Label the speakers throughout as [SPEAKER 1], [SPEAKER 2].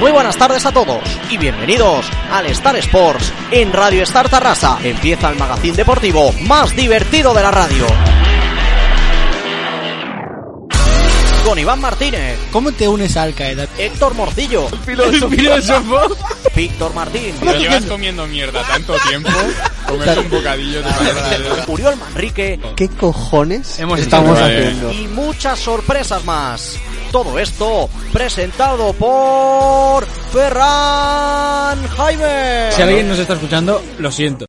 [SPEAKER 1] Muy buenas tardes a todos y bienvenidos al Star Sports en Radio Star Tarrasa. Empieza el magazín deportivo más divertido de la radio. Con Iván Martínez,
[SPEAKER 2] ¿Cómo te unes a Al Qaeda?
[SPEAKER 1] Héctor Morcillo, Víctor Martín,
[SPEAKER 3] Pero llevas comiendo mierda tanto tiempo, comerte un bocadillo te parece de verdad.
[SPEAKER 1] Uriol Manrique
[SPEAKER 4] ¿Qué cojones
[SPEAKER 2] Hemos
[SPEAKER 4] estamos
[SPEAKER 3] estado-
[SPEAKER 4] haciendo?
[SPEAKER 1] y muchas sorpresas más. Todo esto presentado por Ferran Jaime.
[SPEAKER 2] Si alguien nos está escuchando, lo siento.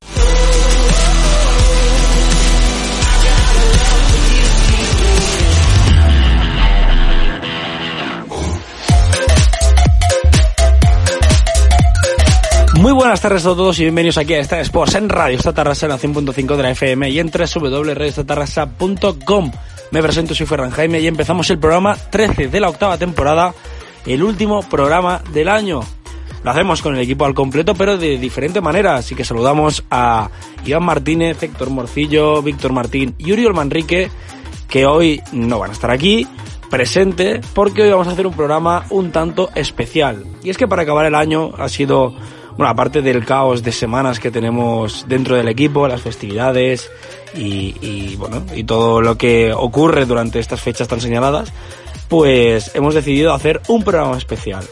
[SPEAKER 5] Muy buenas tardes a todos y bienvenidos aquí a esta Sports en Radio Esta Tarrasa en la 100.5 de la FM y en www.radioestatarrasa.com. Me presento, soy Ferran Jaime y empezamos el programa 13 de la octava temporada, el último programa del año. Lo hacemos con el equipo al completo, pero de diferente manera. Así que saludamos a Iván Martínez, Héctor Morcillo, Víctor Martín y Uriol Manrique, que hoy no van a estar aquí presente porque hoy vamos a hacer un programa un tanto especial. Y es que para acabar el año ha sido, bueno, aparte del caos de semanas que tenemos dentro del equipo, las festividades y, y, bueno, y todo lo que ocurre durante estas fechas tan señaladas, pues hemos decidido hacer un programa especial.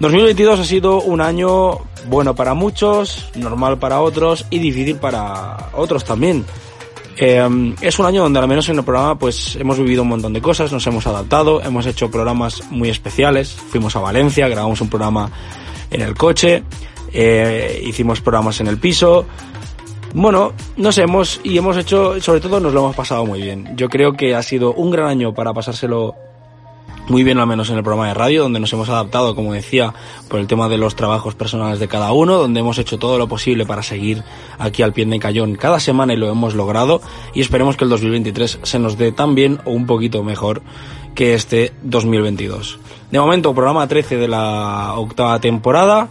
[SPEAKER 5] 2022 ha sido un año bueno para muchos, normal para otros y difícil para otros también. Eh, es un año donde al menos en el programa pues hemos vivido un montón de cosas, nos hemos adaptado, hemos hecho programas muy especiales, fuimos a Valencia, grabamos un programa en el coche, eh, hicimos programas en el piso, bueno, no sé, hemos, y hemos hecho, sobre todo nos lo hemos pasado muy bien. Yo creo que ha sido un gran año para pasárselo muy bien, al menos en el programa de radio, donde nos hemos adaptado, como decía, por el tema de los trabajos personales de cada uno, donde hemos hecho todo lo posible para seguir aquí al pie de cayón cada semana y lo hemos logrado. Y esperemos que el 2023 se nos dé tan bien o un poquito mejor que este 2022. De momento, programa 13 de la octava temporada.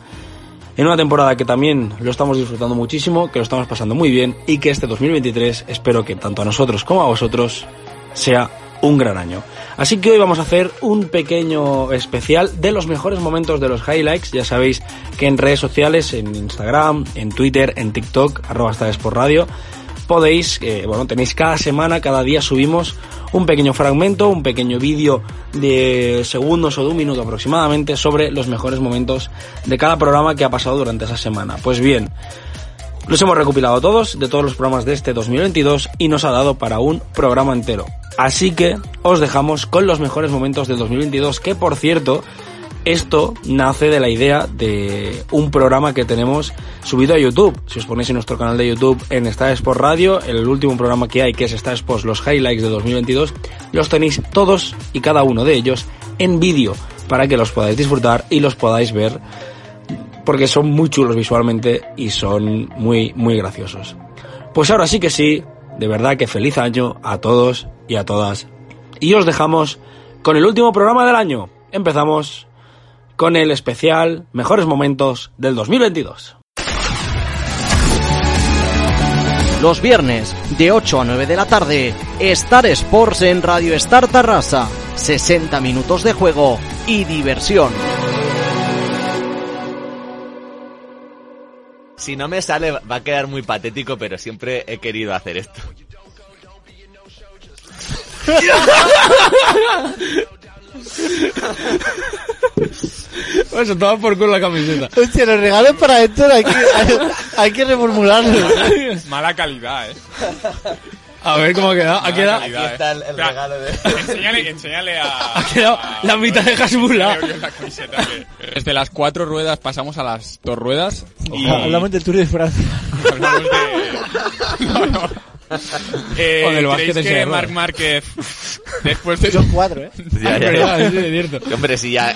[SPEAKER 5] En una temporada que también lo estamos disfrutando muchísimo, que lo estamos pasando muy bien y que este 2023 espero que tanto a nosotros como a vosotros sea un gran año. Así que hoy vamos a hacer un pequeño especial de los mejores momentos de los highlights. Ya sabéis que en redes sociales, en Instagram, en Twitter, en TikTok, arroba hasta Desport Radio, podéis, eh, bueno, tenéis cada semana, cada día subimos un pequeño fragmento, un pequeño vídeo de segundos o de un minuto aproximadamente sobre los mejores momentos de cada programa que ha pasado durante esa semana. Pues bien, los hemos recopilado todos de todos los programas de este 2022 y nos ha dado para un programa entero. Así que os dejamos con los mejores momentos del 2022 que por cierto esto nace de la idea de un programa que tenemos subido a YouTube. Si os ponéis en nuestro canal de YouTube en Star Sports Radio, el último programa que hay que es Star Sports, los highlights de 2022, los tenéis todos y cada uno de ellos en vídeo para que los podáis disfrutar y los podáis ver porque son muy chulos visualmente y son muy, muy graciosos. Pues ahora sí que sí, de verdad que feliz año a todos y a todas. Y os dejamos con el último programa del año. Empezamos con el especial Mejores Momentos del 2022.
[SPEAKER 1] Los viernes de 8 a 9 de la tarde, Star Sports en Radio Star Tarrasa. 60 minutos de juego y diversión.
[SPEAKER 6] Si no me sale, va a quedar muy patético, pero siempre he querido hacer esto.
[SPEAKER 2] Eso estaba por culo la camiseta.
[SPEAKER 4] Hostia, los regalos para Héctor hay que, hay, hay que reformularlos.
[SPEAKER 3] Mala calidad, eh.
[SPEAKER 2] A ver cómo ha quedado. Ha
[SPEAKER 3] Mala
[SPEAKER 2] quedado,
[SPEAKER 3] calidad,
[SPEAKER 6] Aquí
[SPEAKER 3] eh.
[SPEAKER 6] está el- el
[SPEAKER 3] Espera,
[SPEAKER 6] regalo de-
[SPEAKER 3] Enséñale, enséñale a.
[SPEAKER 2] ha quedado
[SPEAKER 3] a-
[SPEAKER 2] la mitad de Hasbula.
[SPEAKER 3] Leo yo la camiseta que- Desde las cuatro ruedas pasamos a las dos ruedas. Y
[SPEAKER 2] del Tour de Francia.
[SPEAKER 3] hablamos de- No, no. Eh,
[SPEAKER 5] O del básquet
[SPEAKER 3] ¿creéis
[SPEAKER 5] en silla
[SPEAKER 3] que
[SPEAKER 5] de
[SPEAKER 3] Marc
[SPEAKER 5] ruedas.
[SPEAKER 3] Márquez, después de...
[SPEAKER 4] Son cuatro, ¿eh?
[SPEAKER 6] Ya,
[SPEAKER 5] Es
[SPEAKER 6] ya,
[SPEAKER 5] verdad,
[SPEAKER 6] ya.
[SPEAKER 5] sí, es cierto.
[SPEAKER 6] Hombre, si ya...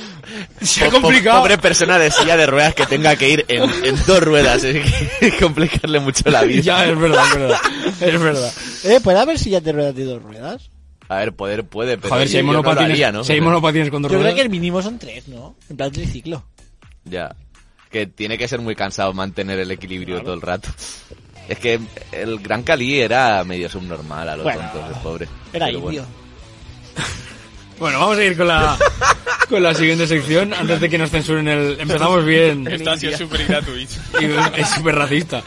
[SPEAKER 5] Se ha
[SPEAKER 6] po- po-
[SPEAKER 5] complicado.
[SPEAKER 6] Pobre persona de silla de ruedas que tenga que ir en, en dos ruedas. Es que complicarle mucho la vida.
[SPEAKER 5] Ya, es verdad, es verdad. Es verdad.
[SPEAKER 4] Eh, puede haber sillas de ruedas de dos ruedas.
[SPEAKER 6] A ver, poder puede, pero
[SPEAKER 5] Joder, si hay
[SPEAKER 6] yo no lo
[SPEAKER 5] monopatines,
[SPEAKER 6] haría, ¿no?
[SPEAKER 5] si hay monopatines con dos
[SPEAKER 4] Yo creo
[SPEAKER 5] ruedas-
[SPEAKER 4] que el mínimo son tres, ¿no? En plan triciclo.
[SPEAKER 6] Ya. Que tiene que ser muy cansado mantener el equilibrio todo el rato. Es que el Gran Cali era medio subnormal a los
[SPEAKER 4] Bueno,
[SPEAKER 6] tontos, el pobre.
[SPEAKER 4] Era
[SPEAKER 6] Pero bueno.
[SPEAKER 4] indio.
[SPEAKER 5] Bueno, vamos a ir con la, con la siguiente sección antes de que nos censuren el... Empezamos bien.
[SPEAKER 3] Esto ha sido súper gratuito.
[SPEAKER 5] Y es súper racista.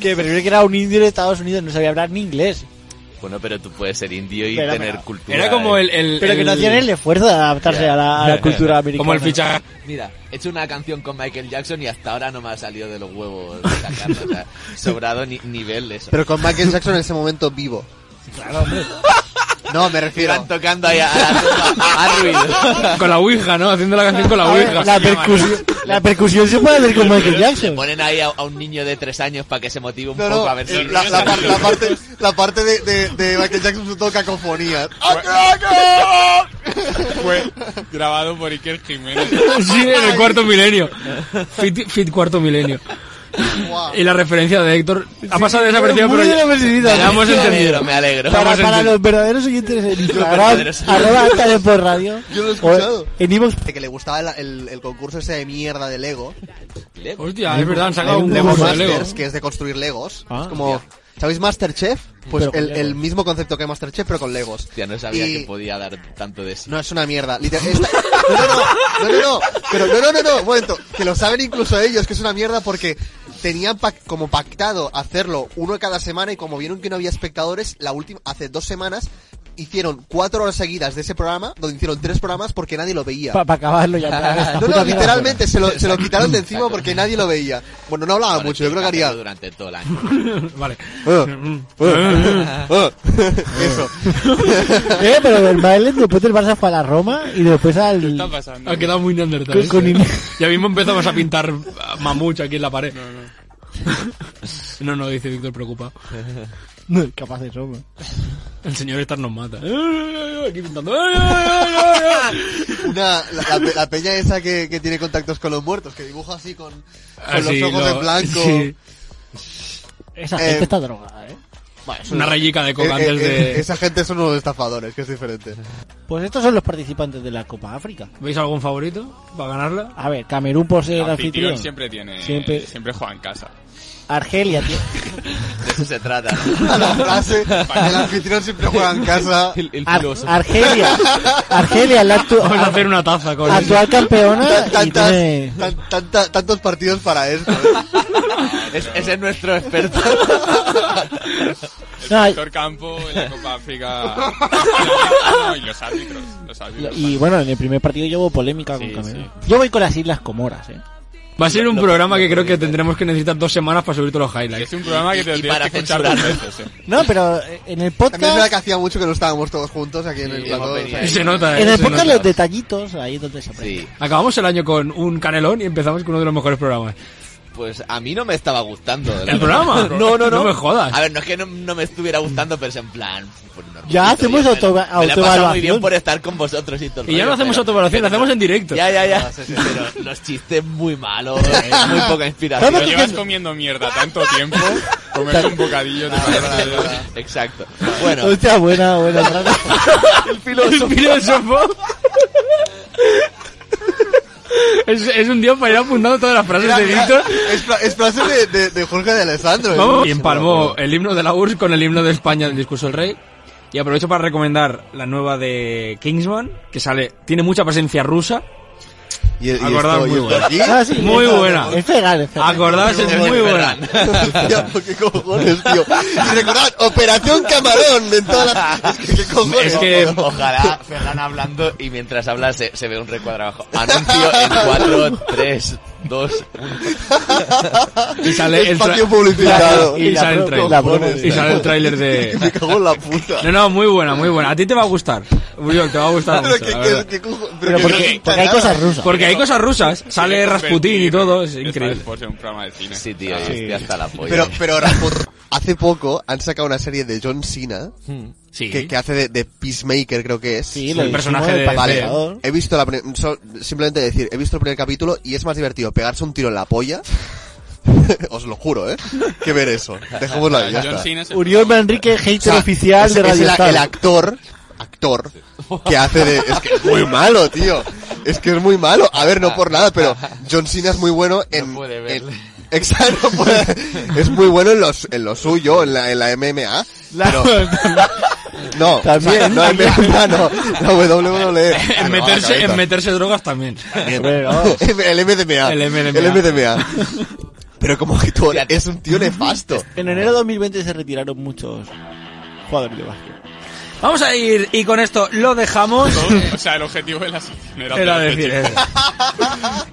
[SPEAKER 4] Que primero que era un indio de Estados Unidos, no sabía hablar ni inglés.
[SPEAKER 6] Bueno, pero tú puedes ser indio y
[SPEAKER 4] Pero,
[SPEAKER 6] tener
[SPEAKER 4] pero-
[SPEAKER 6] cultura.
[SPEAKER 5] Era como
[SPEAKER 6] ¿eh?
[SPEAKER 5] el... el-
[SPEAKER 4] Pero que no
[SPEAKER 5] el-
[SPEAKER 4] hacían el esfuerzo de adaptarse a la, a la cultura americana.
[SPEAKER 5] Como el fichaje...
[SPEAKER 6] Mira, he hecho una canción con Michael Jackson y hasta ahora no me ha salido de los huevos de sacarla. o sea, sobrado ni- nivel eso.
[SPEAKER 7] Pero con Michael Jackson en ese momento vivo. No, me refiero.
[SPEAKER 6] Iban tocando ahí a, a la tumba, a ruido.
[SPEAKER 5] Con la Ouija, ¿no? Haciendo la canción con la
[SPEAKER 4] A ver,
[SPEAKER 5] Ouija.
[SPEAKER 4] la, percusión, la percusión se puede hacer con Michael Jackson.
[SPEAKER 6] Ponen ahí a, a un niño de tres años para que se motive un
[SPEAKER 7] No,
[SPEAKER 6] poco
[SPEAKER 7] no,
[SPEAKER 6] a ver si...
[SPEAKER 7] eh, la, la par- la parte, la parte de, de, de Michael Jackson se toca cacofonía.
[SPEAKER 3] Fue grabado por Iker Jiménez.
[SPEAKER 5] Sí, en el cuarto milenio. Fit, fit cuarto milenio. Y la referencia de Héctor ha pasado desapercibido,
[SPEAKER 4] Muy
[SPEAKER 5] pero
[SPEAKER 4] de la
[SPEAKER 5] ya,
[SPEAKER 4] universidad.
[SPEAKER 5] ya hemos
[SPEAKER 6] me
[SPEAKER 5] entendido.
[SPEAKER 6] alegro, me alegro.
[SPEAKER 5] Vamos
[SPEAKER 4] Para,
[SPEAKER 5] a
[SPEAKER 4] para
[SPEAKER 5] entender.
[SPEAKER 4] los verdaderos oyentes en Instagram,
[SPEAKER 6] verdaderos.
[SPEAKER 4] arroba alta de por radio.
[SPEAKER 7] Yo lo he escuchado.
[SPEAKER 4] o En iVoox.
[SPEAKER 7] De que le gustaba la- el, el concurso ese de mierda de Lego.
[SPEAKER 5] Hostia, es verdad, han sacado un
[SPEAKER 7] Lego
[SPEAKER 5] concurso de
[SPEAKER 7] Masters,
[SPEAKER 5] Lego.
[SPEAKER 7] que es de construir Legos.
[SPEAKER 5] Ah.
[SPEAKER 7] es como... ¿Sabéis Masterchef? Pues
[SPEAKER 4] Pero con
[SPEAKER 7] el,
[SPEAKER 4] Legos.
[SPEAKER 7] el mismo concepto que Masterchef, pero con Legos.
[SPEAKER 6] Hostia, no sabía
[SPEAKER 7] Y-
[SPEAKER 6] que podía dar tanto de sí.
[SPEAKER 7] No, es una mierda. Literal, esta- No, no, no, no, no, no, pero no, no, no, no, un momento, que lo saben incluso ellos que es una mierda porque tenían pac- como pactado hacerlo uno cada semana y como vieron que no había espectadores, la última, hace dos semanas hicieron cuatro horas seguidas de ese programa, donde hicieron tres programas porque nadie lo veía.
[SPEAKER 4] Para acabarlo ya. esta
[SPEAKER 7] No,
[SPEAKER 4] puta
[SPEAKER 7] no,
[SPEAKER 4] mierda.
[SPEAKER 7] literalmente se lo, se lo quitaron de encima porque nadie lo veía. Bueno, no hablaba
[SPEAKER 6] Ahora
[SPEAKER 7] Ah, mucho, yo creo que
[SPEAKER 6] estoy
[SPEAKER 7] haría...
[SPEAKER 6] haciendo durante todo el año.
[SPEAKER 5] Vale.
[SPEAKER 7] "Ah", Eso.
[SPEAKER 4] Eh, pero del Bayern, después del Barça fue a la Roma y después al...
[SPEAKER 3] está pasando?
[SPEAKER 5] Ha quedado muy neandertal.
[SPEAKER 4] Con-
[SPEAKER 5] ¿eh?
[SPEAKER 4] con in-
[SPEAKER 5] Ya mismo empezamos a pintar ah, mamucho aquí en la pared. No, no. No, dice Víctor preocupado.
[SPEAKER 4] No es capaz de Roma.
[SPEAKER 5] El señor Star nos mata.
[SPEAKER 3] Eh,
[SPEAKER 5] Aquí pintando. Ah,
[SPEAKER 3] eh,
[SPEAKER 7] Una, la, la pe- la peña esa que, que tiene contactos con los muertos, que dibuja así con, con
[SPEAKER 5] Ah, sí,
[SPEAKER 7] los ojos
[SPEAKER 5] lo-
[SPEAKER 7] en blanco.
[SPEAKER 5] sí.
[SPEAKER 4] Esa
[SPEAKER 7] Eh,
[SPEAKER 4] gente está drogada, eh.
[SPEAKER 5] Una rayica de
[SPEAKER 7] Eh,
[SPEAKER 5] coca
[SPEAKER 7] eh,
[SPEAKER 5] antes
[SPEAKER 7] eh,
[SPEAKER 5] de...
[SPEAKER 7] Esa gente son unos estafadores, que es diferente.
[SPEAKER 4] Pues estos son los participantes de la Copa África.
[SPEAKER 5] ¿Veis algún favorito para ganarla?
[SPEAKER 4] A ver, Camerún por ser el
[SPEAKER 3] Anfitrión
[SPEAKER 4] anfitrión.
[SPEAKER 3] siempre tiene...
[SPEAKER 4] Siempre.
[SPEAKER 3] Siempre, juega en casa.
[SPEAKER 4] Argelia, tío.
[SPEAKER 6] De eso se trata.
[SPEAKER 7] La frase, el anfitrión siempre juega en casa.
[SPEAKER 4] Ar- Argelia. Argelia, la actu-
[SPEAKER 5] Vamos a hacer una taza con...
[SPEAKER 4] actual campeona.
[SPEAKER 7] Tan-
[SPEAKER 4] y
[SPEAKER 7] tantas-
[SPEAKER 4] tiene-
[SPEAKER 7] tan- tanta- tantos partidos para esto. ¿eh?
[SPEAKER 6] Es- ese es nuestro experto.
[SPEAKER 3] El
[SPEAKER 4] No, y-
[SPEAKER 3] factor campo, en la Copa África... No, y los árbitros. Los árbitros.
[SPEAKER 4] Y bueno, en el primer partido yo hubo polémica
[SPEAKER 3] Sí,
[SPEAKER 4] con Camerún. Yo voy con las Islas Comoras, eh.
[SPEAKER 5] Va a ser un programa que creo que tendremos que necesitar dos semanas para subir todos los
[SPEAKER 3] Es
[SPEAKER 5] highlights.
[SPEAKER 3] un programa
[SPEAKER 6] Y-
[SPEAKER 3] que
[SPEAKER 6] y
[SPEAKER 3] tendrías
[SPEAKER 6] para
[SPEAKER 3] que escuchar dos
[SPEAKER 6] censurar.
[SPEAKER 3] veces, eh.
[SPEAKER 4] No, pero eh, en
[SPEAKER 7] También
[SPEAKER 4] el
[SPEAKER 7] es verdad
[SPEAKER 4] podcast.
[SPEAKER 7] que hacía mucho que no estábamos todos juntos aquí en el
[SPEAKER 6] Sí,
[SPEAKER 7] plató.
[SPEAKER 6] hemos venido.
[SPEAKER 7] o sea,
[SPEAKER 5] Se nota, ¿eh?
[SPEAKER 4] En el
[SPEAKER 5] Se
[SPEAKER 4] podcast
[SPEAKER 5] nota.
[SPEAKER 4] los detallitos, ahí es donde se aprende.
[SPEAKER 6] Sí.
[SPEAKER 5] Acabamos el año con un canelón y empezamos con uno de los mejores programas.
[SPEAKER 6] Pues a mí no me estaba gustando. la
[SPEAKER 5] ¿El
[SPEAKER 6] verdad.
[SPEAKER 5] programa?
[SPEAKER 6] No, no, no.
[SPEAKER 5] No me jodas.
[SPEAKER 6] A ver, no es que no, no me estuviera gustando, pero es en plan... pues, normalito,
[SPEAKER 4] Ya hacemos
[SPEAKER 6] yo me-
[SPEAKER 4] auto-
[SPEAKER 6] me la he pasado muy
[SPEAKER 4] autoevaluación.
[SPEAKER 6] bien por estar con vosotros y todo el
[SPEAKER 5] Y ya no
[SPEAKER 6] rollo,
[SPEAKER 5] hacemos
[SPEAKER 6] pero-
[SPEAKER 5] autoevaluación, lo hacemos en directo.
[SPEAKER 6] Ya, ya, ya. Pero los chistes muy malos, eh, muy poca inspiración.
[SPEAKER 3] Pero llevas comiendo mierda tanto tiempo, comerte un bocadillo
[SPEAKER 7] Ah,
[SPEAKER 3] te parece-
[SPEAKER 6] Exacto. Bueno,
[SPEAKER 4] Hostia, buena, buena. buena.
[SPEAKER 5] El filósofo. es, es un tío para ir apuntando todas las frases de Víctor.
[SPEAKER 7] Es, fra- es frase de, de- de Jorge de Alessandro. ¿eh?
[SPEAKER 5] Vamos. Y
[SPEAKER 7] Sí, me
[SPEAKER 5] empalmó
[SPEAKER 7] acuerdo.
[SPEAKER 5] el himno de la URSS con el himno de España del discurso del rey. Y aprovecho para recomendar la nueva de Kingsman, que sale, tiene mucha presencia rusa.
[SPEAKER 7] Y, y
[SPEAKER 5] Acordado,
[SPEAKER 7] esto- y
[SPEAKER 5] muy
[SPEAKER 7] esto
[SPEAKER 5] bueno.
[SPEAKER 7] aquí.
[SPEAKER 4] Ah, sí,
[SPEAKER 5] Muy
[SPEAKER 4] es-
[SPEAKER 5] buena. Ah,
[SPEAKER 4] Es legal, es legal.
[SPEAKER 5] Acordaos, es muy buena.
[SPEAKER 7] Hostia, ¿Qué cojones, tío? Y recordad, Operación Camarón en todas las... Es que, ¿qué cojones?
[SPEAKER 5] Es que-
[SPEAKER 6] Ojalá Ferran hablando y mientras habla se, se ve un recuadro abajo. Anuncio en 4, 3, dos, uno.
[SPEAKER 5] Y sale el tra-
[SPEAKER 7] Espacio publicitado.
[SPEAKER 5] Y sale el
[SPEAKER 4] pro-
[SPEAKER 5] tráiler.
[SPEAKER 4] la promo.
[SPEAKER 5] Y sale el tráiler de...
[SPEAKER 7] Me cago en la puta.
[SPEAKER 5] No, no, muy buena, muy buena. A ti te va a gustar. Uriol, te va a gustar
[SPEAKER 7] Pero
[SPEAKER 5] mucho,
[SPEAKER 7] que-
[SPEAKER 5] la
[SPEAKER 7] que-
[SPEAKER 5] verdad.
[SPEAKER 7] que cojo-
[SPEAKER 4] Pero
[SPEAKER 7] que no
[SPEAKER 4] porque,
[SPEAKER 7] pinta
[SPEAKER 4] porque hay
[SPEAKER 7] nada.
[SPEAKER 4] cosas rusas.
[SPEAKER 5] Porque hay cosas rusas. Sale
[SPEAKER 3] Tiene que
[SPEAKER 5] Rasputin y
[SPEAKER 3] convertir
[SPEAKER 5] todo. Es
[SPEAKER 3] Star
[SPEAKER 5] increíble.
[SPEAKER 3] Force en un programa de cine.
[SPEAKER 6] Sí, tío, yo estoy hasta la polla.
[SPEAKER 7] Pero, pero Rafa, hace poco han sacado una serie de John Cena
[SPEAKER 5] Sí.
[SPEAKER 7] que, que hace de, de Peacemaker, creo que es.
[SPEAKER 4] Sí, lo dijimos
[SPEAKER 5] el personaje
[SPEAKER 4] del
[SPEAKER 5] de-
[SPEAKER 7] Vale,
[SPEAKER 4] patrocinador.
[SPEAKER 7] he visto la prim- so- simplemente decir, he visto el primer capítulo y es más divertido pegarse un tiro en la polla. Os lo juro, ¿eh? Que ver eso. Dejémoslo ahí, ya
[SPEAKER 3] John
[SPEAKER 7] está.
[SPEAKER 3] Cena es el-
[SPEAKER 4] Uriol Manrique, hater
[SPEAKER 7] O sea,
[SPEAKER 4] oficial
[SPEAKER 7] es-
[SPEAKER 4] de
[SPEAKER 7] es
[SPEAKER 4] Radio
[SPEAKER 7] el,
[SPEAKER 4] Star.
[SPEAKER 7] el actor, actor, que hace de... Es que es muy malo, tío. Es que es muy malo. A ver, no por nada, pero John Cena es muy bueno en...
[SPEAKER 6] puede verle.
[SPEAKER 7] en- exacto, no puede- es muy bueno en, los, en lo suyo, en la, en la MMA.
[SPEAKER 4] Claro.
[SPEAKER 7] No, o sea,
[SPEAKER 4] También.
[SPEAKER 7] no, en MMA, no, la WWE. Ah,
[SPEAKER 5] En
[SPEAKER 7] no, la
[SPEAKER 5] meterse,
[SPEAKER 7] cabeza.
[SPEAKER 5] en meterse drogas también.
[SPEAKER 4] Bueno,
[SPEAKER 7] el MDMA.
[SPEAKER 5] El MDMA.
[SPEAKER 7] Pero como que tú, es un tío nefasto.
[SPEAKER 4] en enero de 2020 se retiraron muchos jugadores de básquet.
[SPEAKER 5] Vamos a ir y con esto lo dejamos.
[SPEAKER 3] O sea, el objetivo de la sección era,
[SPEAKER 5] Era
[SPEAKER 3] hacer
[SPEAKER 5] decir
[SPEAKER 3] este
[SPEAKER 5] eso.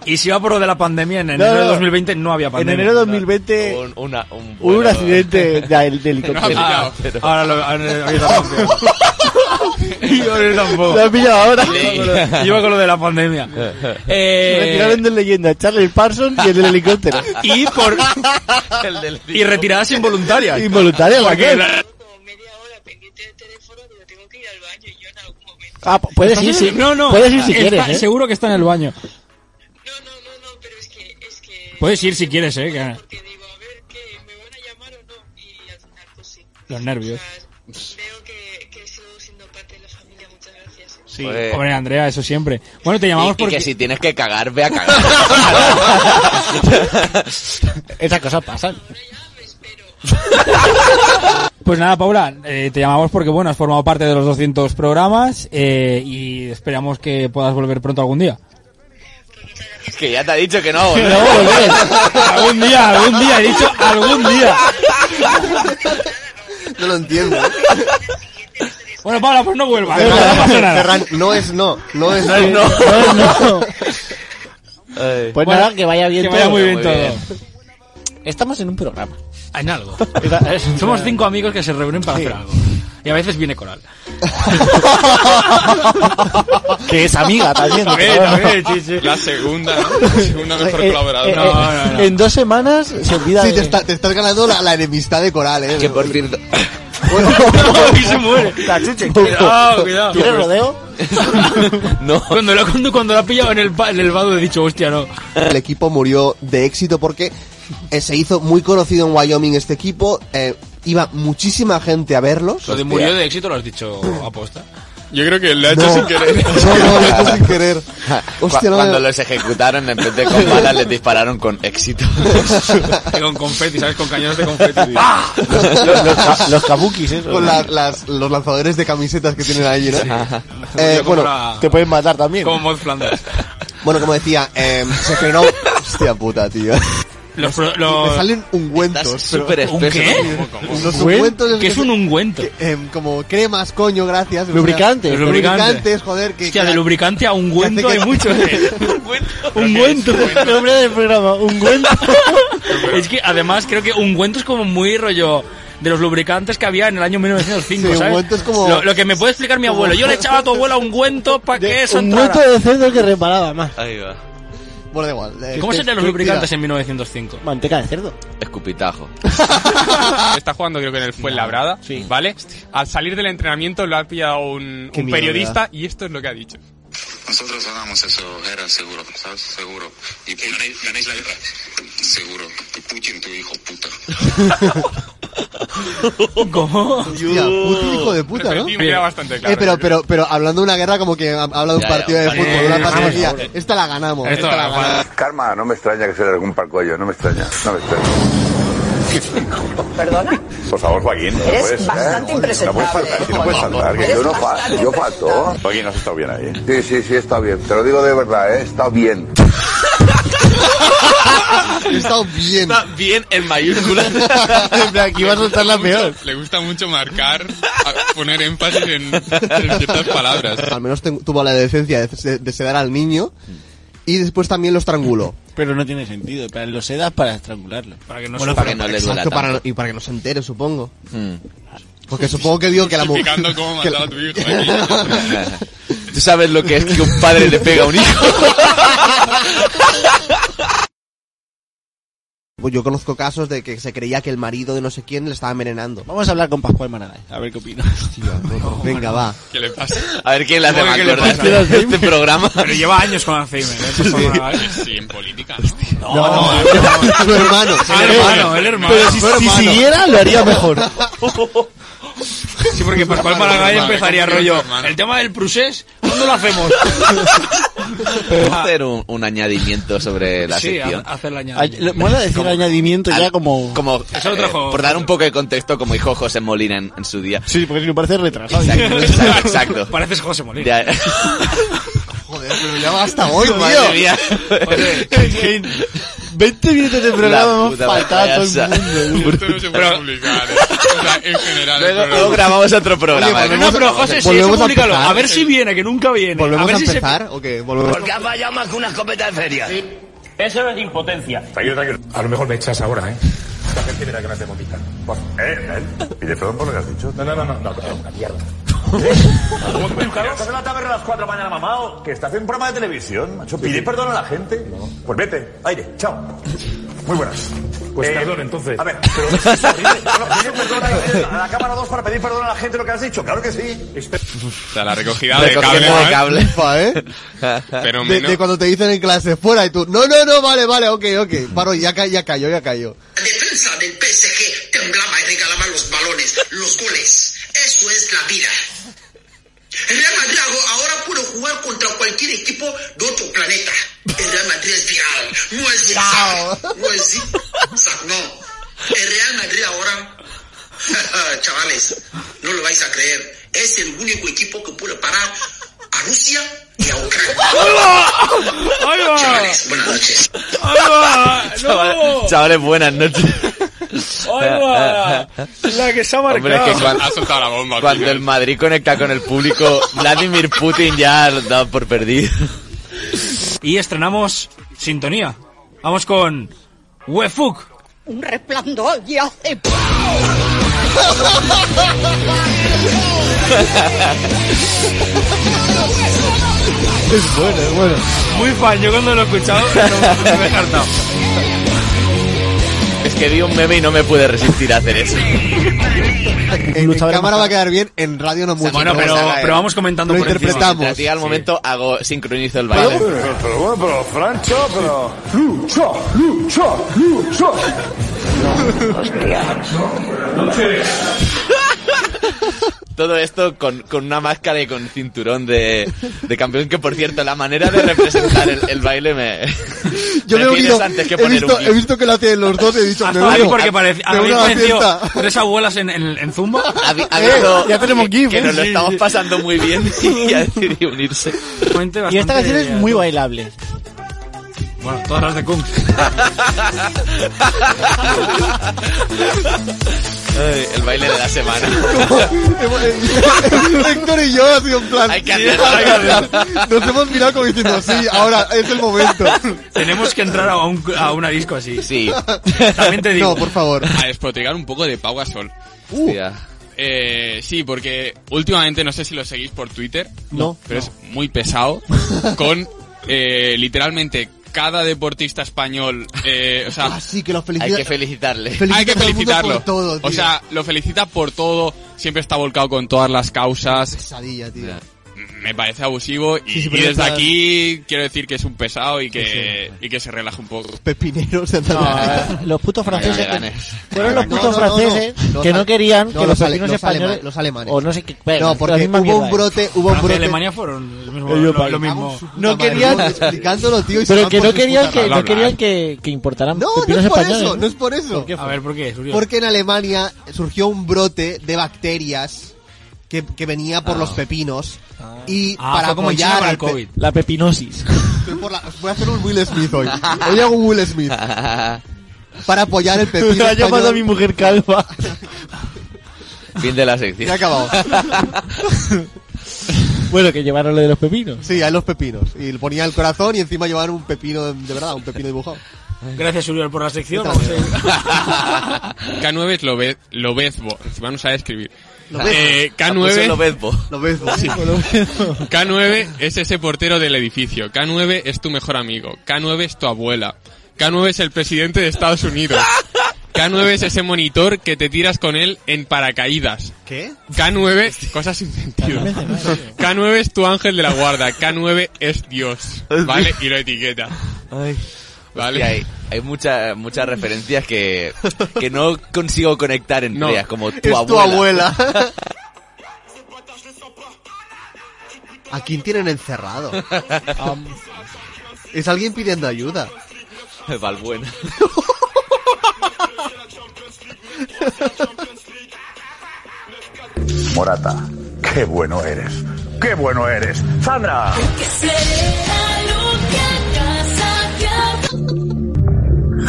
[SPEAKER 5] Y si va por lo de la pandemia, en
[SPEAKER 4] No,
[SPEAKER 5] enero de
[SPEAKER 4] no.
[SPEAKER 5] 2020 no había
[SPEAKER 4] En
[SPEAKER 5] pandemia.
[SPEAKER 4] enero de 2020
[SPEAKER 6] Un, una, un,
[SPEAKER 4] hubo un
[SPEAKER 6] vuelo- eh.
[SPEAKER 4] accidente de, de
[SPEAKER 3] chiste.
[SPEAKER 4] helicóptero.
[SPEAKER 5] Ah, ahora lo ahora- yo tampoco. Yo yo
[SPEAKER 4] Lo
[SPEAKER 5] tampoco.
[SPEAKER 4] han pillado ahora.
[SPEAKER 5] Iba con lo de la pandemia.
[SPEAKER 4] Se
[SPEAKER 5] Eh,
[SPEAKER 4] retiraron de leyenda Charles Parsons y el del helicóptero.
[SPEAKER 5] y por
[SPEAKER 6] El del
[SPEAKER 5] y retiradas involuntarias.
[SPEAKER 4] Involuntaria, ¿para
[SPEAKER 5] Porque
[SPEAKER 4] qué?
[SPEAKER 5] la-
[SPEAKER 8] media hora pendiente del teléfono, pero tengo que ir al baño y yo en algún momento.
[SPEAKER 4] Ah, p- puedes ir si,
[SPEAKER 5] No, no.
[SPEAKER 4] puedes ir si
[SPEAKER 5] Está-
[SPEAKER 4] quieres, ¿eh?
[SPEAKER 5] Seguro que está en el baño.
[SPEAKER 8] No, no, no, no, pero es que... Es que
[SPEAKER 5] Puedes ir si quieres, eh, que-
[SPEAKER 8] Porque digo, a ver, ¿qué? ¿Me van a llamar o no? Y al final, pues sí.
[SPEAKER 5] Los nervios.
[SPEAKER 8] O sea, veo que, que sigo siendo parte de la familia, muchas gracias.
[SPEAKER 6] Sí.
[SPEAKER 5] Hombre, Andrea, eso siempre. Bueno, te llamamos
[SPEAKER 6] Eh. y, y
[SPEAKER 5] porque
[SPEAKER 6] que si tienes que cagar, ve a cagar.
[SPEAKER 4] Esas cosas pasan.
[SPEAKER 8] Ahora ya me espero.
[SPEAKER 5] Pues nada, Paula, eh, te llamamos porque, bueno, has formado parte de los 200 programas eh, y esperamos que puedas volver pronto algún día.
[SPEAKER 6] que ya te ha dicho que no,
[SPEAKER 4] No,
[SPEAKER 6] boludo.
[SPEAKER 4] volver.
[SPEAKER 5] algún día, algún día, he dicho algún día.
[SPEAKER 7] No lo entiendo.
[SPEAKER 5] Bueno, Paula, pues no vuelvas, no, no pasa nada.
[SPEAKER 7] Ferran, no es no. No es no.
[SPEAKER 4] No, no.
[SPEAKER 6] Ay.
[SPEAKER 4] Pues
[SPEAKER 5] Bueno,
[SPEAKER 4] nada, que vaya bien
[SPEAKER 5] Que vaya
[SPEAKER 4] todo.
[SPEAKER 5] muy bien
[SPEAKER 6] Muy
[SPEAKER 5] todo.
[SPEAKER 6] bien.
[SPEAKER 4] Estamos en un programa.
[SPEAKER 5] En algo. Somos cinco amigos que se reúnen para hacer algo. Y a veces viene coral.
[SPEAKER 4] que es amiga también. por favor.
[SPEAKER 3] La segunda, ¿no? La segunda mejor
[SPEAKER 4] Eh, eh,
[SPEAKER 3] colaboradora.
[SPEAKER 4] eh,
[SPEAKER 5] No, no, no.
[SPEAKER 4] En dos semanas se olvida
[SPEAKER 7] Sí,
[SPEAKER 4] de-
[SPEAKER 7] te, está- te estás ganando la, la enemistad de Coral, eh.
[SPEAKER 6] Que por cierto,
[SPEAKER 7] Bueno,
[SPEAKER 5] Y se muere. Cuidado, cuidado.
[SPEAKER 4] ¿Quieres rodeo?
[SPEAKER 6] no.
[SPEAKER 5] Cuando lo, cuando, cuando lo ha pillado en el, pa- en el vado he dicho, hostia, no.
[SPEAKER 7] el equipo murió de éxito porque eh, se hizo muy conocido en Wyoming este equipo. eh, iba muchísima gente a verlos.
[SPEAKER 5] Lo de murió de éxito lo has dicho aposta.
[SPEAKER 3] Yo creo que lo ha hecho
[SPEAKER 7] No.
[SPEAKER 3] sin querer.
[SPEAKER 7] No, no, lo he hecho sin querer. Hostia,
[SPEAKER 6] Cu-
[SPEAKER 7] no me-
[SPEAKER 6] cuando los ejecutaron, en vez de con balas, les dispararon con éxito.
[SPEAKER 5] Con confeti, ¿sabes? Con cañones de confeti.
[SPEAKER 4] Los, los ka- los kabukis, eso.
[SPEAKER 7] Con la- las, los lanzadores de camisetas que tienen allí, ¿no? Eh, bueno,
[SPEAKER 4] Te pueden matar también.
[SPEAKER 5] Como Mod Flanders.
[SPEAKER 7] Bueno, como decía, eh, se generó... Hostia puta, tío.
[SPEAKER 5] Los, pro-
[SPEAKER 7] Me este.
[SPEAKER 5] los-
[SPEAKER 7] salen
[SPEAKER 6] Estás
[SPEAKER 7] ungüentos.
[SPEAKER 6] súper
[SPEAKER 5] ¿Un
[SPEAKER 6] espeso.
[SPEAKER 5] qué?
[SPEAKER 7] Los ungüentos...
[SPEAKER 5] que es un ungüento.
[SPEAKER 7] que- em, como cremas, coño, gracias.
[SPEAKER 4] Lubricante.
[SPEAKER 7] O sea,
[SPEAKER 5] Lubricante.
[SPEAKER 7] Lubricantes, joder. Que,
[SPEAKER 5] Hostia,
[SPEAKER 7] que-
[SPEAKER 5] de lubricante a ungüento
[SPEAKER 7] que
[SPEAKER 5] hay
[SPEAKER 7] hace que-
[SPEAKER 5] mucho. ¿eh? ungüento.
[SPEAKER 4] El nombre del programa, ungüento.
[SPEAKER 5] Es que además creo que ungüento es como muy rollo de los lubricantes que había en el año 1905,
[SPEAKER 7] Sí,
[SPEAKER 5] ¿sabes?
[SPEAKER 7] ungüento es como-
[SPEAKER 5] lo, lo que me puede explicar mi abuelo. Yo le echaba a tu abuela ungüento para que eso
[SPEAKER 4] Ungüento
[SPEAKER 5] entrara.
[SPEAKER 4] de cerdo que reparaba más.
[SPEAKER 6] Ahí va.
[SPEAKER 7] Bueno, da igual. eh,
[SPEAKER 5] ¿Cómo
[SPEAKER 7] que-
[SPEAKER 5] se llaman los
[SPEAKER 7] que-
[SPEAKER 5] lubricantes
[SPEAKER 7] mira,
[SPEAKER 5] en 1905?
[SPEAKER 4] Manteca de cerdo.
[SPEAKER 6] Escupitajo.
[SPEAKER 4] eh.
[SPEAKER 3] Está jugando creo que en el Fuenlabrada, ¿vale? Al salir del entrenamiento lo ha pillado un,
[SPEAKER 7] Qué
[SPEAKER 3] un
[SPEAKER 7] mierda.
[SPEAKER 3] periodista y esto es lo que ha dicho.
[SPEAKER 9] Nosotros ganamos eso, era seguro, ¿sabes? Seguro. Y ganáis, la guerra. Seguro. Y Putin, tu hijo puta.
[SPEAKER 5] ¿Cómo?
[SPEAKER 7] Hostia, puto hijo de puta, ¿no?
[SPEAKER 3] Referente, me queda bastante claro.
[SPEAKER 7] Eh, pero, pero, pero hablando de una guerra como que ha- habla de un
[SPEAKER 6] Ya,
[SPEAKER 7] partido
[SPEAKER 6] ya,
[SPEAKER 7] de
[SPEAKER 6] vale.
[SPEAKER 7] fútbol,
[SPEAKER 5] Sí,
[SPEAKER 7] una
[SPEAKER 5] sí,
[SPEAKER 7] patología. Esta la ganamos.
[SPEAKER 5] Esto
[SPEAKER 7] Esta la
[SPEAKER 5] la ganamos.
[SPEAKER 7] ganamos.
[SPEAKER 9] Karma, no me extraña que se le rompa el cuello, no me extraña, no me extraña.
[SPEAKER 10] Perdona,
[SPEAKER 9] Por favor, Joaquín, no
[SPEAKER 10] Eres
[SPEAKER 9] puedes,
[SPEAKER 10] bastante
[SPEAKER 9] No puedes faltar,
[SPEAKER 10] impresentable,
[SPEAKER 9] no puedes
[SPEAKER 10] Joaquín.
[SPEAKER 9] faltar, que
[SPEAKER 10] Eres
[SPEAKER 9] yo no falto,
[SPEAKER 10] bastante
[SPEAKER 9] yo falto. Joaquín, has estado bien ahí. Sí, sí, sí, está bien, te lo digo de verdad, ¿eh? está bien.
[SPEAKER 7] He estado bien.
[SPEAKER 6] Está bien en mayúsculas.
[SPEAKER 7] En plan, Aquí va a soltar la peor.
[SPEAKER 3] Le gusta mucho marcar, a- poner énfasis en, en ciertas palabras.
[SPEAKER 7] Al menos ten- tuvo la decencia de, se- de sedar al niño. Y después también lo estranguló.
[SPEAKER 4] Pero no tiene sentido. Para los sedas para estrangularlo. Para que
[SPEAKER 7] Bueno, pero exacto, para no- y para que no se entere, supongo.
[SPEAKER 8] Hmm.
[SPEAKER 7] Porque supongo que digo que la mujer.
[SPEAKER 3] Justificando cómo
[SPEAKER 7] que
[SPEAKER 3] mataba a tu hijo ¿eh? aquí.
[SPEAKER 6] ¿Tú sabes lo que es que un padre le pega a un hijo?
[SPEAKER 7] Pues yo conozco casos de que se creía que el marido de no sé quién le estaba envenenando.
[SPEAKER 4] Vamos a hablar con Pascual Manaday. A ver qué opina.
[SPEAKER 7] Venga, va.
[SPEAKER 3] ¿Qué le pasa?
[SPEAKER 6] A ver quién le hace
[SPEAKER 3] ¿Cómo
[SPEAKER 6] más
[SPEAKER 3] que qué le
[SPEAKER 6] gorda
[SPEAKER 3] pasa?
[SPEAKER 6] este- este programa.
[SPEAKER 8] Pero lleva años con Alzheimer. ¿eh? Por favor,
[SPEAKER 6] Sí.
[SPEAKER 8] vale.
[SPEAKER 3] Sí, en política.
[SPEAKER 8] No, no, no,
[SPEAKER 7] Tu hermano.
[SPEAKER 8] Ah, el hermano, el hermano.
[SPEAKER 4] Pero si,
[SPEAKER 8] Tu
[SPEAKER 4] si
[SPEAKER 8] hermano.
[SPEAKER 4] siguiera, lo haría mejor.
[SPEAKER 8] Sí, porque Pascual Maragall
[SPEAKER 4] Hermano,
[SPEAKER 8] empezaría
[SPEAKER 4] hermano.
[SPEAKER 8] rollo. El tema del Prusés, ¿cuándo lo hacemos?
[SPEAKER 6] ¿Puedo hacer un, un añadimiento sobre la
[SPEAKER 8] Sí,
[SPEAKER 6] sección?
[SPEAKER 8] ha- hacer la
[SPEAKER 4] Ay,
[SPEAKER 8] añadida.
[SPEAKER 4] le- Mola decir
[SPEAKER 6] Como-
[SPEAKER 4] añadimiento ya
[SPEAKER 6] al-
[SPEAKER 4] como...
[SPEAKER 6] como
[SPEAKER 8] Eso lo
[SPEAKER 6] eh,
[SPEAKER 8] trajo-
[SPEAKER 6] por dar un poco de contexto como dijo José Molina en, en su día
[SPEAKER 4] sí porque me parece retrasado
[SPEAKER 6] exacto exacto, exacto.
[SPEAKER 8] Pareces José Molina.
[SPEAKER 6] Ya-
[SPEAKER 7] Joder, pero ya va hasta hoy,
[SPEAKER 6] Madre
[SPEAKER 7] tío.
[SPEAKER 6] mía.
[SPEAKER 4] En 20 minutos de programa
[SPEAKER 6] La
[SPEAKER 4] hemos
[SPEAKER 6] puta
[SPEAKER 4] faltado a todo
[SPEAKER 6] payasa.
[SPEAKER 4] el mundo. güey.
[SPEAKER 3] Esto no se puede publicar. ¿eh? O sea, en general. el
[SPEAKER 6] luego,
[SPEAKER 3] programa.
[SPEAKER 6] luego grabamos otro programa
[SPEAKER 7] Oye,
[SPEAKER 8] No, pero José, sí, eso
[SPEAKER 7] Volvemos a
[SPEAKER 8] públicalo.
[SPEAKER 7] empezar.
[SPEAKER 8] A ver si viene, que nunca viene. A
[SPEAKER 7] ¿Volvemos a,
[SPEAKER 8] ver si se-
[SPEAKER 7] empezar o qué? Volvemos.
[SPEAKER 11] has fallado más que una escopeta de feria.
[SPEAKER 12] Eso es impotencia.
[SPEAKER 10] A lo mejor me echas ahora, ¿eh? La gente me da ganas de vomitar. Por- ¿Eh? ¿Eh? Pide perdón por lo que has dicho. No, no, no, no. No, pero una mierda. ¿Estás en la taberna a las 4 de la mañana, mamado? Que estás en un programa de televisión, macho. Pide perdón a la gente. Pues vete, aire, chao. Muy buenas.
[SPEAKER 12] Eh,
[SPEAKER 10] Pues perdón, entonces. A ver, pero... Bueno, pide perdón a a la cámara 2 para pedir perdón a la gente lo que has dicho. Claro que sí.
[SPEAKER 3] O sea, la recogida de
[SPEAKER 6] Recogida
[SPEAKER 3] cable.
[SPEAKER 6] de
[SPEAKER 3] ¿no?
[SPEAKER 6] cable.
[SPEAKER 7] Fa, ¿eh?
[SPEAKER 3] Pero
[SPEAKER 7] De,
[SPEAKER 3] menos.
[SPEAKER 7] de cuando te dicen en clase, fuera, y tú, no, no, no, vale, vale, ok, ok, paro, ya, ca- ya cayó, ya cayó.
[SPEAKER 13] defensa del PSG temblaba y regalaba los balones, los goles. Eso es la vida. El Real Madrid ago- ahora puede jugar contra cualquier equipo de otro planeta. El Real Madrid es viral, no es viral, no es zig-zag, no. El Real Madrid ahora, chavales, no lo vais a creer, es el único equipo que puede parar a Rusia y a
[SPEAKER 8] ¡Ahí
[SPEAKER 13] Ucrania.
[SPEAKER 8] va!
[SPEAKER 13] Chavales, buenas noches.
[SPEAKER 8] ¡Ahí va! ¡No!
[SPEAKER 6] chavales buenas noches
[SPEAKER 8] ¡Ahí va! La que se ha marcado.
[SPEAKER 6] Eh, Hombre, es que cuando,
[SPEAKER 3] Ha soltado la bomba.
[SPEAKER 6] cuando
[SPEAKER 3] tío.
[SPEAKER 6] el Madrid conecta con el público, Vladimir Putin ya lo da por perdido.
[SPEAKER 8] Y estrenamos sintonía. Vamos con Wefuk.
[SPEAKER 11] Un resplandor y hace...
[SPEAKER 4] Es bueno, es bueno.
[SPEAKER 8] Muy fan, yo cuando lo he escuchado no, no me he encantado.
[SPEAKER 6] Es que vi un meme y no me pude resistir a hacer eso.
[SPEAKER 7] En, en cámara va a quedar bien, en radio no mucho.
[SPEAKER 8] Bueno, pero, pero vamos comentando
[SPEAKER 7] Lo
[SPEAKER 8] por encima.
[SPEAKER 7] interpretamos.
[SPEAKER 6] A ti al momento hago sincronizo el
[SPEAKER 10] Pero
[SPEAKER 6] baile.
[SPEAKER 10] bueno, pero bueno, pero Francho, pero... Lucho, Lucho, Lucho.
[SPEAKER 6] Todo esto con, con una máscara y con cinturón de, de campeón, que por cierto, la manera de representar el, el baile me...
[SPEAKER 7] Yo
[SPEAKER 6] me
[SPEAKER 7] me he
[SPEAKER 6] tienes
[SPEAKER 7] unido,
[SPEAKER 6] antes que
[SPEAKER 7] he
[SPEAKER 6] poner
[SPEAKER 7] visto,
[SPEAKER 6] un
[SPEAKER 7] he
[SPEAKER 6] gif.
[SPEAKER 7] visto que lo hacen los dos, he dicho,
[SPEAKER 8] A mí
[SPEAKER 7] me uno,
[SPEAKER 8] Ah,
[SPEAKER 4] ah,
[SPEAKER 8] porque parece, a
[SPEAKER 7] me
[SPEAKER 8] mí
[SPEAKER 7] uno a la
[SPEAKER 8] pareció
[SPEAKER 7] fiesta.
[SPEAKER 8] tres abuelas en, en, en Zumba.
[SPEAKER 6] Ha, vi- ha
[SPEAKER 4] Eh,
[SPEAKER 6] visto
[SPEAKER 4] ya tenemos
[SPEAKER 6] que,
[SPEAKER 4] gif,
[SPEAKER 6] que
[SPEAKER 4] eh,
[SPEAKER 6] nos lo
[SPEAKER 4] sí,
[SPEAKER 6] estamos
[SPEAKER 4] sí.
[SPEAKER 6] pasando muy bien y ha decidido unirse.
[SPEAKER 8] Fuente
[SPEAKER 4] Y
[SPEAKER 8] bastante-
[SPEAKER 4] esta canción es muy bailable.
[SPEAKER 8] Bueno, todas las de Kung.
[SPEAKER 6] Ay, el baile de la semana.
[SPEAKER 7] eh, Héctor y yo, así en plan.
[SPEAKER 6] Hay que hacerlo, hay que
[SPEAKER 7] Nos hemos mirado como diciendo, sí, ahora es el momento.
[SPEAKER 8] Tenemos que entrar a, un, a una disco así.
[SPEAKER 6] Sí.
[SPEAKER 8] También te digo.
[SPEAKER 7] No, por favor.
[SPEAKER 3] A despotricar un poco de Pau Gasol.
[SPEAKER 7] Uh.
[SPEAKER 6] Hostia.
[SPEAKER 3] Eh, sí, porque últimamente no sé si lo seguís por Twitter.
[SPEAKER 7] No.
[SPEAKER 3] Pero es muy pesado. Con eh, literalmente cada deportista español. eh, o sea,
[SPEAKER 7] Así que los
[SPEAKER 6] Hay
[SPEAKER 7] felicito.
[SPEAKER 6] que felicitarle.
[SPEAKER 7] Ah, Felicita
[SPEAKER 3] hay que
[SPEAKER 7] a todo el mundo
[SPEAKER 3] felicitarlo.
[SPEAKER 7] por todo, tío.
[SPEAKER 3] o sea, lo felicita por todo. Siempre está volcado con todas las causas.
[SPEAKER 7] pesadilla, tío.
[SPEAKER 3] Me parece abusivo. Y,
[SPEAKER 7] Sí, sí,
[SPEAKER 3] y
[SPEAKER 7] pero
[SPEAKER 3] desde
[SPEAKER 7] está-
[SPEAKER 3] aquí quiero decir que es un pesado y que, y que se relaje un poco.
[SPEAKER 7] Pepineros de Andalucía.
[SPEAKER 4] No, eh, los putos franceses. que-
[SPEAKER 6] Leganes.
[SPEAKER 4] Fueron los
[SPEAKER 7] No,
[SPEAKER 4] putos
[SPEAKER 7] no, no,
[SPEAKER 4] franceses
[SPEAKER 7] no.
[SPEAKER 4] que no querían
[SPEAKER 7] No,
[SPEAKER 4] que
[SPEAKER 7] los
[SPEAKER 4] los
[SPEAKER 7] ale-
[SPEAKER 4] vecinos
[SPEAKER 7] los
[SPEAKER 4] españoles.
[SPEAKER 7] alemanes, los alemanes.
[SPEAKER 4] O no sé qué. bueno,
[SPEAKER 7] No,
[SPEAKER 4] la
[SPEAKER 7] porque
[SPEAKER 4] misma
[SPEAKER 7] hubo
[SPEAKER 4] mierda
[SPEAKER 7] un
[SPEAKER 4] es.
[SPEAKER 7] brote, hubo un
[SPEAKER 8] Francia y
[SPEAKER 7] brote.
[SPEAKER 8] Alemania fueron el mismo,
[SPEAKER 4] Ellos
[SPEAKER 8] lo, lo mismo.
[SPEAKER 7] Vamos, su puta
[SPEAKER 4] No
[SPEAKER 7] madre,
[SPEAKER 4] querían-
[SPEAKER 7] vamos explicándolo, tío, y se
[SPEAKER 4] Pero
[SPEAKER 7] van
[SPEAKER 4] que
[SPEAKER 7] por
[SPEAKER 4] no
[SPEAKER 7] su
[SPEAKER 4] querían
[SPEAKER 7] puta
[SPEAKER 4] que,
[SPEAKER 7] rama.
[SPEAKER 4] no querían que, que importaran
[SPEAKER 7] No, no
[SPEAKER 4] pepinos
[SPEAKER 7] es por
[SPEAKER 4] españoles.
[SPEAKER 7] eso, no es por eso.
[SPEAKER 8] A ver, ¿eh? ¿por qué? Surio?
[SPEAKER 7] Porque en Alemania surgió un brote de bacterias que, que venía por los pepinos y
[SPEAKER 8] Ah,
[SPEAKER 7] para
[SPEAKER 8] fue como en China
[SPEAKER 7] apoyar
[SPEAKER 8] para
[SPEAKER 7] al
[SPEAKER 8] el
[SPEAKER 7] pe-
[SPEAKER 8] COVID.
[SPEAKER 4] La pepinosis.
[SPEAKER 7] Estoy por la- voy a hacer un Will Smith hoy. Hoy hago un Will Smith para apoyar el pepino.
[SPEAKER 4] ha llamado a
[SPEAKER 7] español.
[SPEAKER 4] mi mujer calva.
[SPEAKER 6] fin de la
[SPEAKER 7] Ya he
[SPEAKER 6] sección.
[SPEAKER 7] acabado.
[SPEAKER 4] Bueno, que llevaron lo de los pepinos.
[SPEAKER 7] Sí, hay los pepinos. Y le ponía el corazón y encima llevaban un pepino de, de verdad, un pepino dibujado.
[SPEAKER 5] Gracias, Uriel, por la sección.
[SPEAKER 7] Yo también.
[SPEAKER 3] K9 es Lobe- Lobezbo. Encima no sabe escribir.
[SPEAKER 6] Lobezbo.
[SPEAKER 3] Eh,
[SPEAKER 6] Ah, pues
[SPEAKER 3] K9.
[SPEAKER 6] es Lobezbo.
[SPEAKER 7] Lobezbo.
[SPEAKER 3] Sí. K9 es ese portero del edificio. K9 es tu mejor amigo. K9 es tu abuela. K9 es el presidente de Estados Unidos. K9 es ese monitor que te tiras con él en paracaídas.
[SPEAKER 7] ¿Qué?
[SPEAKER 3] K9, cosas sin sentido. K9 es tu ángel de la guarda. K9 es Dios. ¿Vale? Y lo etiqueta.
[SPEAKER 6] Hostia, hay hay mucha- muchas referencias que, que no consigo conectar entre ellas, como tu
[SPEAKER 7] es tu
[SPEAKER 6] abuela.
[SPEAKER 7] abuela. ¿A quién tienen encerrado? Am, es alguien pidiendo ayuda.
[SPEAKER 6] Valbuena.
[SPEAKER 10] Morata, qué bueno eres. Qué bueno eres. Sandra.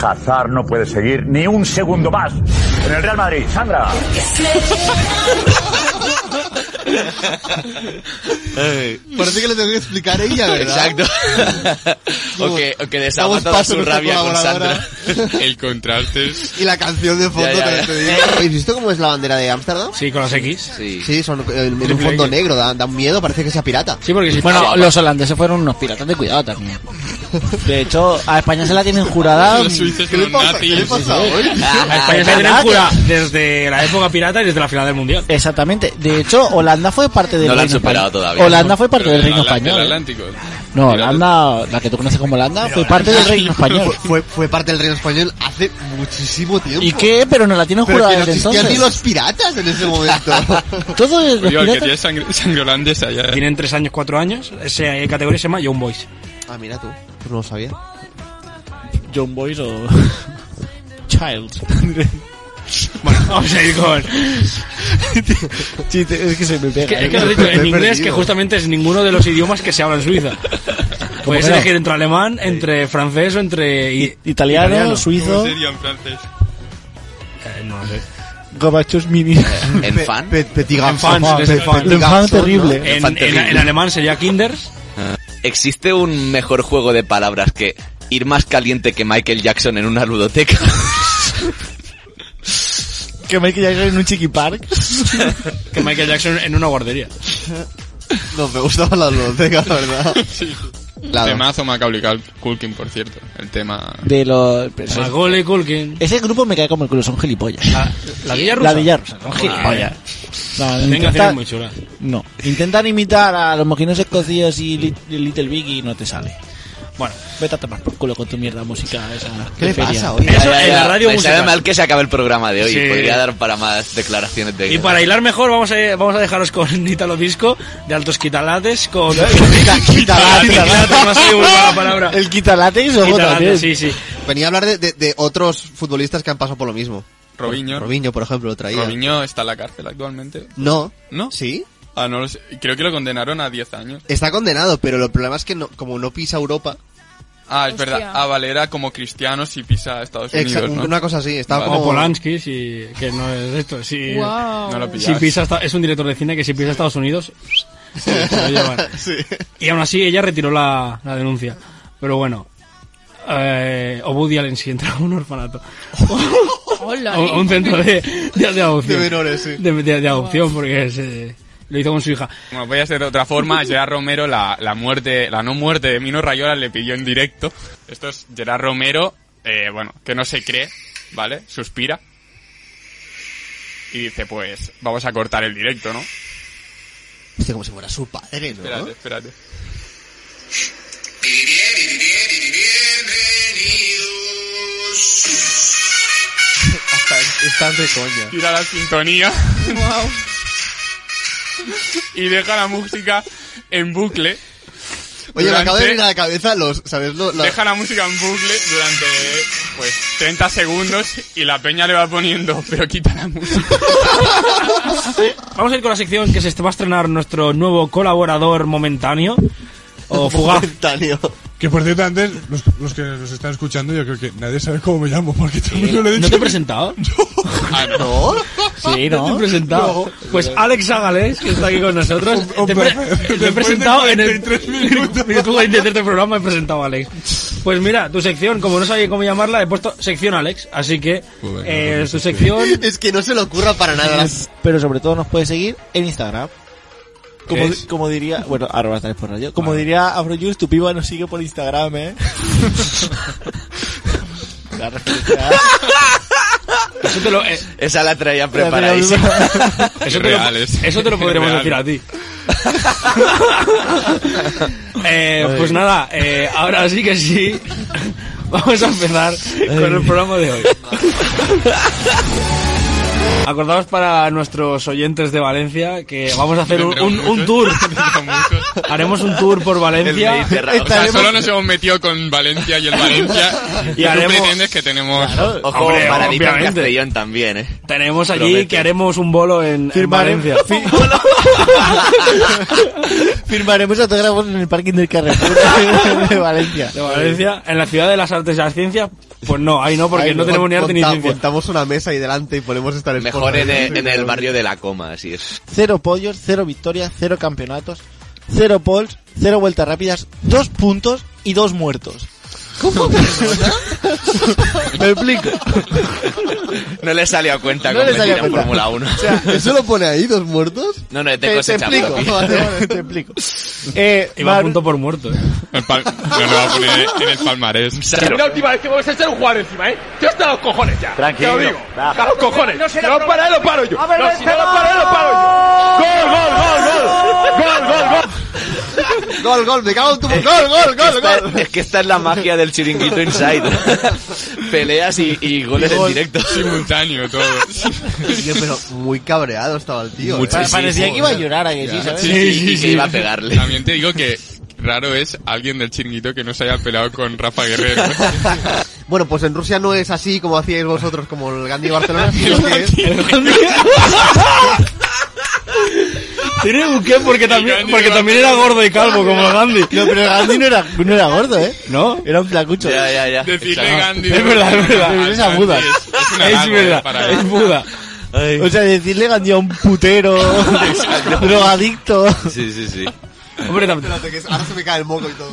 [SPEAKER 10] Hazard no puede seguir ni un segundo más en el Real Madrid. Sandra.
[SPEAKER 7] Parece que le tengo que explicar a ella, ¿verdad?
[SPEAKER 6] Exacto. o que, o que desahoga
[SPEAKER 7] Damos
[SPEAKER 6] toda
[SPEAKER 7] paso a
[SPEAKER 6] su
[SPEAKER 7] nuestra
[SPEAKER 6] rabia con
[SPEAKER 7] colaboradora.
[SPEAKER 6] Sandra.
[SPEAKER 3] El contraste es...
[SPEAKER 7] Y la canción de fondo
[SPEAKER 6] Ya, ya,
[SPEAKER 7] también
[SPEAKER 6] ya.
[SPEAKER 7] te digo. ¿Habéis visto cómo es la bandera de Ámsterdam?
[SPEAKER 5] Sí, con las X.
[SPEAKER 6] Sí.
[SPEAKER 7] Sí, son eh, en un
[SPEAKER 5] Triple
[SPEAKER 7] fondo
[SPEAKER 5] X.
[SPEAKER 7] negro, da, da un miedo, parece que sea pirata.
[SPEAKER 2] Sí, porque
[SPEAKER 4] Bueno, los holandeses fueron unos piratas de cuidado también. De hecho, a España se la tienen jurada.
[SPEAKER 3] Los suizos son nazis.
[SPEAKER 5] A España se
[SPEAKER 4] Es
[SPEAKER 5] la tienen
[SPEAKER 4] verdad
[SPEAKER 5] jura desde la época pirata y desde la final del mundial.
[SPEAKER 4] Exactamente. De hecho, Holanda fue parte del
[SPEAKER 6] No la han
[SPEAKER 4] reino
[SPEAKER 6] superado
[SPEAKER 4] español.
[SPEAKER 6] todavía.
[SPEAKER 4] Holanda fue parte
[SPEAKER 3] Pero
[SPEAKER 4] del reino
[SPEAKER 3] Atl-
[SPEAKER 4] español.
[SPEAKER 3] del
[SPEAKER 4] ¿eh?
[SPEAKER 3] Atlántico.
[SPEAKER 4] No, Holanda, la que tú conoces como Holanda, fue parte del reino español.
[SPEAKER 7] Fue, fue parte del reino español hace muchísimo tiempo.
[SPEAKER 4] ¿Y qué? Pero no la tienen
[SPEAKER 7] Pero
[SPEAKER 4] jurada
[SPEAKER 7] que no
[SPEAKER 4] desde
[SPEAKER 7] existían ni
[SPEAKER 4] entonces.
[SPEAKER 7] los piratas en ese momento.
[SPEAKER 4] Todos los
[SPEAKER 3] Oye, el que
[SPEAKER 4] piratas.
[SPEAKER 3] tiene sangre, sangre holandesa ya.
[SPEAKER 5] Tienen 3 años, 4 años. Esa eh, categoría se llama Young Boys.
[SPEAKER 7] ah, mira tú. Tú no lo sabías.
[SPEAKER 14] John Boyce o. Child.
[SPEAKER 5] Bueno, vamos a ir con...
[SPEAKER 4] Chiste, es que se me pega.
[SPEAKER 5] Que-
[SPEAKER 4] ¿eh?
[SPEAKER 5] es que lo he dicho, en
[SPEAKER 7] Me he
[SPEAKER 5] inglés,
[SPEAKER 7] perdido.
[SPEAKER 5] que justamente es ninguno de los idiomas que se habla en Suiza. Puedes
[SPEAKER 4] que no?
[SPEAKER 5] elegir entre alemán, entre francés o entre... i-
[SPEAKER 4] Italiano,
[SPEAKER 3] ¿Cómo
[SPEAKER 4] suizo,
[SPEAKER 3] sería en francés?
[SPEAKER 5] Eh, no sé.
[SPEAKER 4] gabachos mini.
[SPEAKER 6] En fan.
[SPEAKER 7] Pe- Petit Gansón.
[SPEAKER 5] fans,
[SPEAKER 7] Pe-
[SPEAKER 5] ese
[SPEAKER 7] Petit
[SPEAKER 5] fan.
[SPEAKER 4] El fan
[SPEAKER 7] Gansón, ¿no?
[SPEAKER 4] terrible.
[SPEAKER 5] En,
[SPEAKER 6] Elefante
[SPEAKER 5] en-
[SPEAKER 6] horrible.
[SPEAKER 5] en alemán sería Kinders.
[SPEAKER 6] ¿Existe un mejor juego de palabras que ir más caliente que Michael Jackson en una ludoteca?
[SPEAKER 4] Que Michael Jackson en un chiqui park.
[SPEAKER 5] Que Michael Jackson en una guardería.
[SPEAKER 7] No, me gustaba la biblioteca, la verdad. La dos.
[SPEAKER 3] Temazo Macaulay Cal- Culkin, por cierto. El tema...
[SPEAKER 4] De los. pero eso-
[SPEAKER 5] Macaulay Culkin.
[SPEAKER 4] Ese grupo me cae como el culo, son gilipollas.
[SPEAKER 5] La, la Villa Rusa.
[SPEAKER 4] La de Jarvis, son gilipollas. No,
[SPEAKER 5] Tienen
[SPEAKER 4] intenta-
[SPEAKER 5] canciones muy chulas.
[SPEAKER 4] no. Intentan imitar a los moquinos escocíos y Lit- y Little Big y no te sale.
[SPEAKER 5] Bueno,
[SPEAKER 4] Vete a tomar por culo con tu mierda música esa.
[SPEAKER 7] ¿Qué
[SPEAKER 4] de
[SPEAKER 7] le
[SPEAKER 4] feria.
[SPEAKER 7] pasa hoy?
[SPEAKER 5] Eso en la radio
[SPEAKER 6] me sabe
[SPEAKER 5] musical.
[SPEAKER 6] mal que se acabe el programa de hoy.
[SPEAKER 5] Sí.
[SPEAKER 6] Podría dar para más declaraciones de...
[SPEAKER 5] y para hilar mejor, vamos a, vamos a dejaros con Italo Disco de Altos Quitalates. Con.
[SPEAKER 4] Quitalate,
[SPEAKER 5] Quitalates, no ha sido muy mala palabra.
[SPEAKER 4] El quitalate y ojo también.
[SPEAKER 5] Quitalates, sí, sí.
[SPEAKER 7] Venía a hablar de, de- de otros futbolistas que han pasado por lo mismo.
[SPEAKER 3] Robinho.
[SPEAKER 7] Robinho, por ejemplo, lo traía.
[SPEAKER 3] Robinho está en la cárcel actualmente.
[SPEAKER 7] No.
[SPEAKER 3] ¿No?
[SPEAKER 7] Sí.
[SPEAKER 3] Ah, no lo sé. Creo que lo condenaron a 10 años.
[SPEAKER 7] Está condenado, pero el problema es que no, como no pisa Europa,
[SPEAKER 3] Ah, es verdad. A Valera como cristiano si pisa a Estados
[SPEAKER 7] Exa-
[SPEAKER 3] Unidos, ¿no?
[SPEAKER 7] una cosa así, estaba
[SPEAKER 3] Vale.
[SPEAKER 5] O
[SPEAKER 7] como
[SPEAKER 5] Polanski, si, que no es esto. Si,
[SPEAKER 3] No lo pillas.
[SPEAKER 5] si pisa hasta- es un director de cine que si pisa a Estados Unidos. se lo llevan.
[SPEAKER 7] Sí.
[SPEAKER 5] Y aún así ella retiró la, la denuncia. Pero bueno. Eh, o Woody Allen si entra a un orfanato.
[SPEAKER 15] Hola.
[SPEAKER 5] O, o un centro de, de, de adopción.
[SPEAKER 7] De menores, sí.
[SPEAKER 5] De, de- de adopción, porque se- lo hizo con su hija.
[SPEAKER 3] Como voy a hacer de otra forma, a Gerard Romero la, la muerte, la no muerte de Mino Rayola le pidió en directo. Esto es Gerard Romero, eh, bueno, que no se cree, ¿vale? Suspira. Y dice, pues, vamos a cortar el directo, ¿no?
[SPEAKER 7] Hostia, como si fuera su padre, ¿no?
[SPEAKER 3] Espérate, espérate.
[SPEAKER 7] Hasta- están de coña.
[SPEAKER 3] Tira la sintonía. y deja la música en bucle.
[SPEAKER 7] Oye, me acabo de
[SPEAKER 3] Durante-
[SPEAKER 7] venir a la cabeza los, ¿sabes? Lo- la-
[SPEAKER 3] Deja la música en bucle durante pues 30 segundos y la peña le va poniendo, pero quita la música.
[SPEAKER 5] Vamos a ir con la sección que se va a estrenar nuestro nuevo colaborador momentáneo. O fugaz.
[SPEAKER 7] momentáneo.
[SPEAKER 16] Que por cierto, antes, los, los que nos están escuchando, yo creo que nadie sabe cómo me llamo, porque todo el mundo le he dicho.
[SPEAKER 4] ¿No te he presentado?
[SPEAKER 16] no.
[SPEAKER 4] Sí,
[SPEAKER 16] No
[SPEAKER 4] ¿no?
[SPEAKER 16] te he presentado.
[SPEAKER 5] Pues Alex Ágales, que está aquí con nosotros,
[SPEAKER 4] Un- un
[SPEAKER 5] te, he pre-
[SPEAKER 4] placer.
[SPEAKER 5] te he
[SPEAKER 4] Después
[SPEAKER 5] presentado
[SPEAKER 4] de
[SPEAKER 5] en el
[SPEAKER 4] 43
[SPEAKER 5] minuto 43 de este programa he presentado a Alex. Pues mira, tu sección, como no sabía cómo llamarla, he puesto sección Alex, así que eh, su sección
[SPEAKER 7] es que no se le ocurra para nada.
[SPEAKER 4] Pero sobre todo nos puede seguir en Instagram. Como,
[SPEAKER 7] ¿Qué es?
[SPEAKER 4] di- como diría, bueno, ahora estar por radio. Como diría Afrojules, tu piba nos sigue por Instagram, eh. La referencia.
[SPEAKER 5] Eso te lo, eh,
[SPEAKER 6] Esa la traía preparadísima.
[SPEAKER 5] Eso te, lo, eso te lo podremos decir a ti. Eh, pues nada, eh, ahora sí que sí. Vamos a empezar con el programa de hoy. Acordaos para nuestros oyentes de Valencia que vamos a hacer un, un- un tour. Haremos un tour por Valencia.
[SPEAKER 3] O sea, solo nos hemos metido con Valencia y el Valencia.
[SPEAKER 5] Y
[SPEAKER 3] Y tú
[SPEAKER 5] haremos-
[SPEAKER 3] pretendes que tenemos.
[SPEAKER 6] Ojo,
[SPEAKER 5] Hombre,
[SPEAKER 6] paradita en
[SPEAKER 5] obviamente.
[SPEAKER 6] Castellón también, eh.
[SPEAKER 5] Tenemos allí
[SPEAKER 6] Prometo.
[SPEAKER 5] que haremos un bolo en, en Valencia.
[SPEAKER 4] Firmaremos autógrafos en el parking del Carrefour de Valencia.
[SPEAKER 5] de Valencia, en la ciudad de las artes y las ciencias, pues no, ahí no, porque
[SPEAKER 7] Ahí
[SPEAKER 5] no tenemos ni arte ni
[SPEAKER 7] monta-
[SPEAKER 5] ciencia.
[SPEAKER 7] Montamos una mesa ahí delante y podemos estar en
[SPEAKER 6] Mejor en el, en el barrio de la coma, así es.
[SPEAKER 4] Cero pollos, cero victorias, cero campeonatos, cero pols, cero vueltas rápidas, dos puntos y dos muertos. ¿Cómo? Me explico.
[SPEAKER 6] No le salió a cuenta
[SPEAKER 4] No le
[SPEAKER 6] competir
[SPEAKER 4] salió a
[SPEAKER 6] en
[SPEAKER 4] cuenta.
[SPEAKER 6] Fórmula 1.
[SPEAKER 7] O sea, ¿eso lo pone ahí, dos muertos?
[SPEAKER 6] no, no, te
[SPEAKER 7] Te- te
[SPEAKER 6] cosechamos.
[SPEAKER 7] explico.
[SPEAKER 6] papi.
[SPEAKER 7] Vale, vale, te
[SPEAKER 4] explico.
[SPEAKER 5] Iba a punto por muerto. eh.
[SPEAKER 3] El pal- no lo va a poner en el palmarés.
[SPEAKER 13] la última vez que vamos a echar un jugador encima, ¿eh? Yo hasta los cojones ya.
[SPEAKER 3] Tranquilo.
[SPEAKER 13] Te lo digo.
[SPEAKER 3] Va.
[SPEAKER 13] Hasta los cojones.
[SPEAKER 3] No será
[SPEAKER 13] lo
[SPEAKER 3] problema.
[SPEAKER 13] para, lo paro yo.
[SPEAKER 3] A ver,
[SPEAKER 13] No, si no lo
[SPEAKER 3] Benzema.
[SPEAKER 13] para, lo paro yo. Gol, gol, gol, gol. Gol, gol, gol.
[SPEAKER 7] Gol, gol, me cago en tu... Gol, gol, gol,
[SPEAKER 6] Esta-
[SPEAKER 7] gol.
[SPEAKER 6] Es Eh, que esta es la magia del chiringuito inside. Peleas y, y goles en directo.
[SPEAKER 3] Simultáneo todo.
[SPEAKER 7] Tío, pero muy cabreado estaba el tío. ¿eh?
[SPEAKER 6] Mucho, sí, Parecía que iba a llorar, ¿a que sí, sabes? Sí, sí, sí.
[SPEAKER 3] También te digo que raro es alguien del chinguito que no se haya peleado con Rafa Guerrero.
[SPEAKER 7] Bueno, pues en Rusia no es así como hacíais vosotros, como el Gandhi de Barcelona, sino que es...
[SPEAKER 5] Tiene un qué porque también, porque también era gordo y calvo, como Gandhi.
[SPEAKER 4] No, pero Gandhi no era, no era gordo, ¿eh?
[SPEAKER 5] No.
[SPEAKER 4] Era un flacucho.
[SPEAKER 6] Ya, ya, ya.
[SPEAKER 3] Decirle
[SPEAKER 4] Exacto.
[SPEAKER 3] Gandhi.
[SPEAKER 4] Es verdad, es verdad.
[SPEAKER 3] Gandhi
[SPEAKER 4] Es a Buda.
[SPEAKER 3] es- un
[SPEAKER 4] Es
[SPEAKER 3] halago,
[SPEAKER 4] verdad,
[SPEAKER 3] eh, para él.
[SPEAKER 4] es Buda. O sea, decirle Gandhi a un putero, drogadicto.
[SPEAKER 6] Sí, sí, sí.
[SPEAKER 5] Hombre, también,
[SPEAKER 7] Espérate, que ahora se me cae el moco y todo.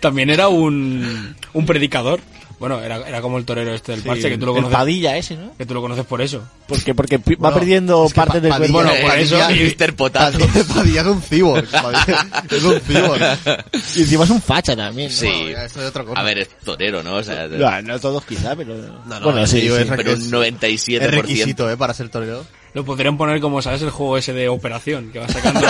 [SPEAKER 5] también era un, un predicador. Bueno, era, era como el torero este del
[SPEAKER 4] Sí,
[SPEAKER 5] parche, que tú lo
[SPEAKER 4] el
[SPEAKER 5] conoces.
[SPEAKER 4] Padilla ese, ¿no?
[SPEAKER 5] Que tú lo conoces por eso.
[SPEAKER 4] Porque, porque pi- va perdiendo parte del cuerpo.
[SPEAKER 5] Bueno, por eso. y-
[SPEAKER 6] Mr. Potato.
[SPEAKER 7] Padilla es un cyborg. Padilla Es un cyborg.
[SPEAKER 4] Y encima es un facha también. ¿no?
[SPEAKER 6] Sí.
[SPEAKER 7] Eso es otra cosa.
[SPEAKER 6] A ver, es torero, ¿no? O sea,
[SPEAKER 4] No, no todos quizá, pero... bueno, sí,
[SPEAKER 7] tío,
[SPEAKER 4] sí.
[SPEAKER 7] es requis-
[SPEAKER 6] pero un 97%.
[SPEAKER 7] Es requisito, ¿eh? Para ser torero.
[SPEAKER 5] Lo podrían poner como, ¿sabes? El juego ese de operación que va sacando.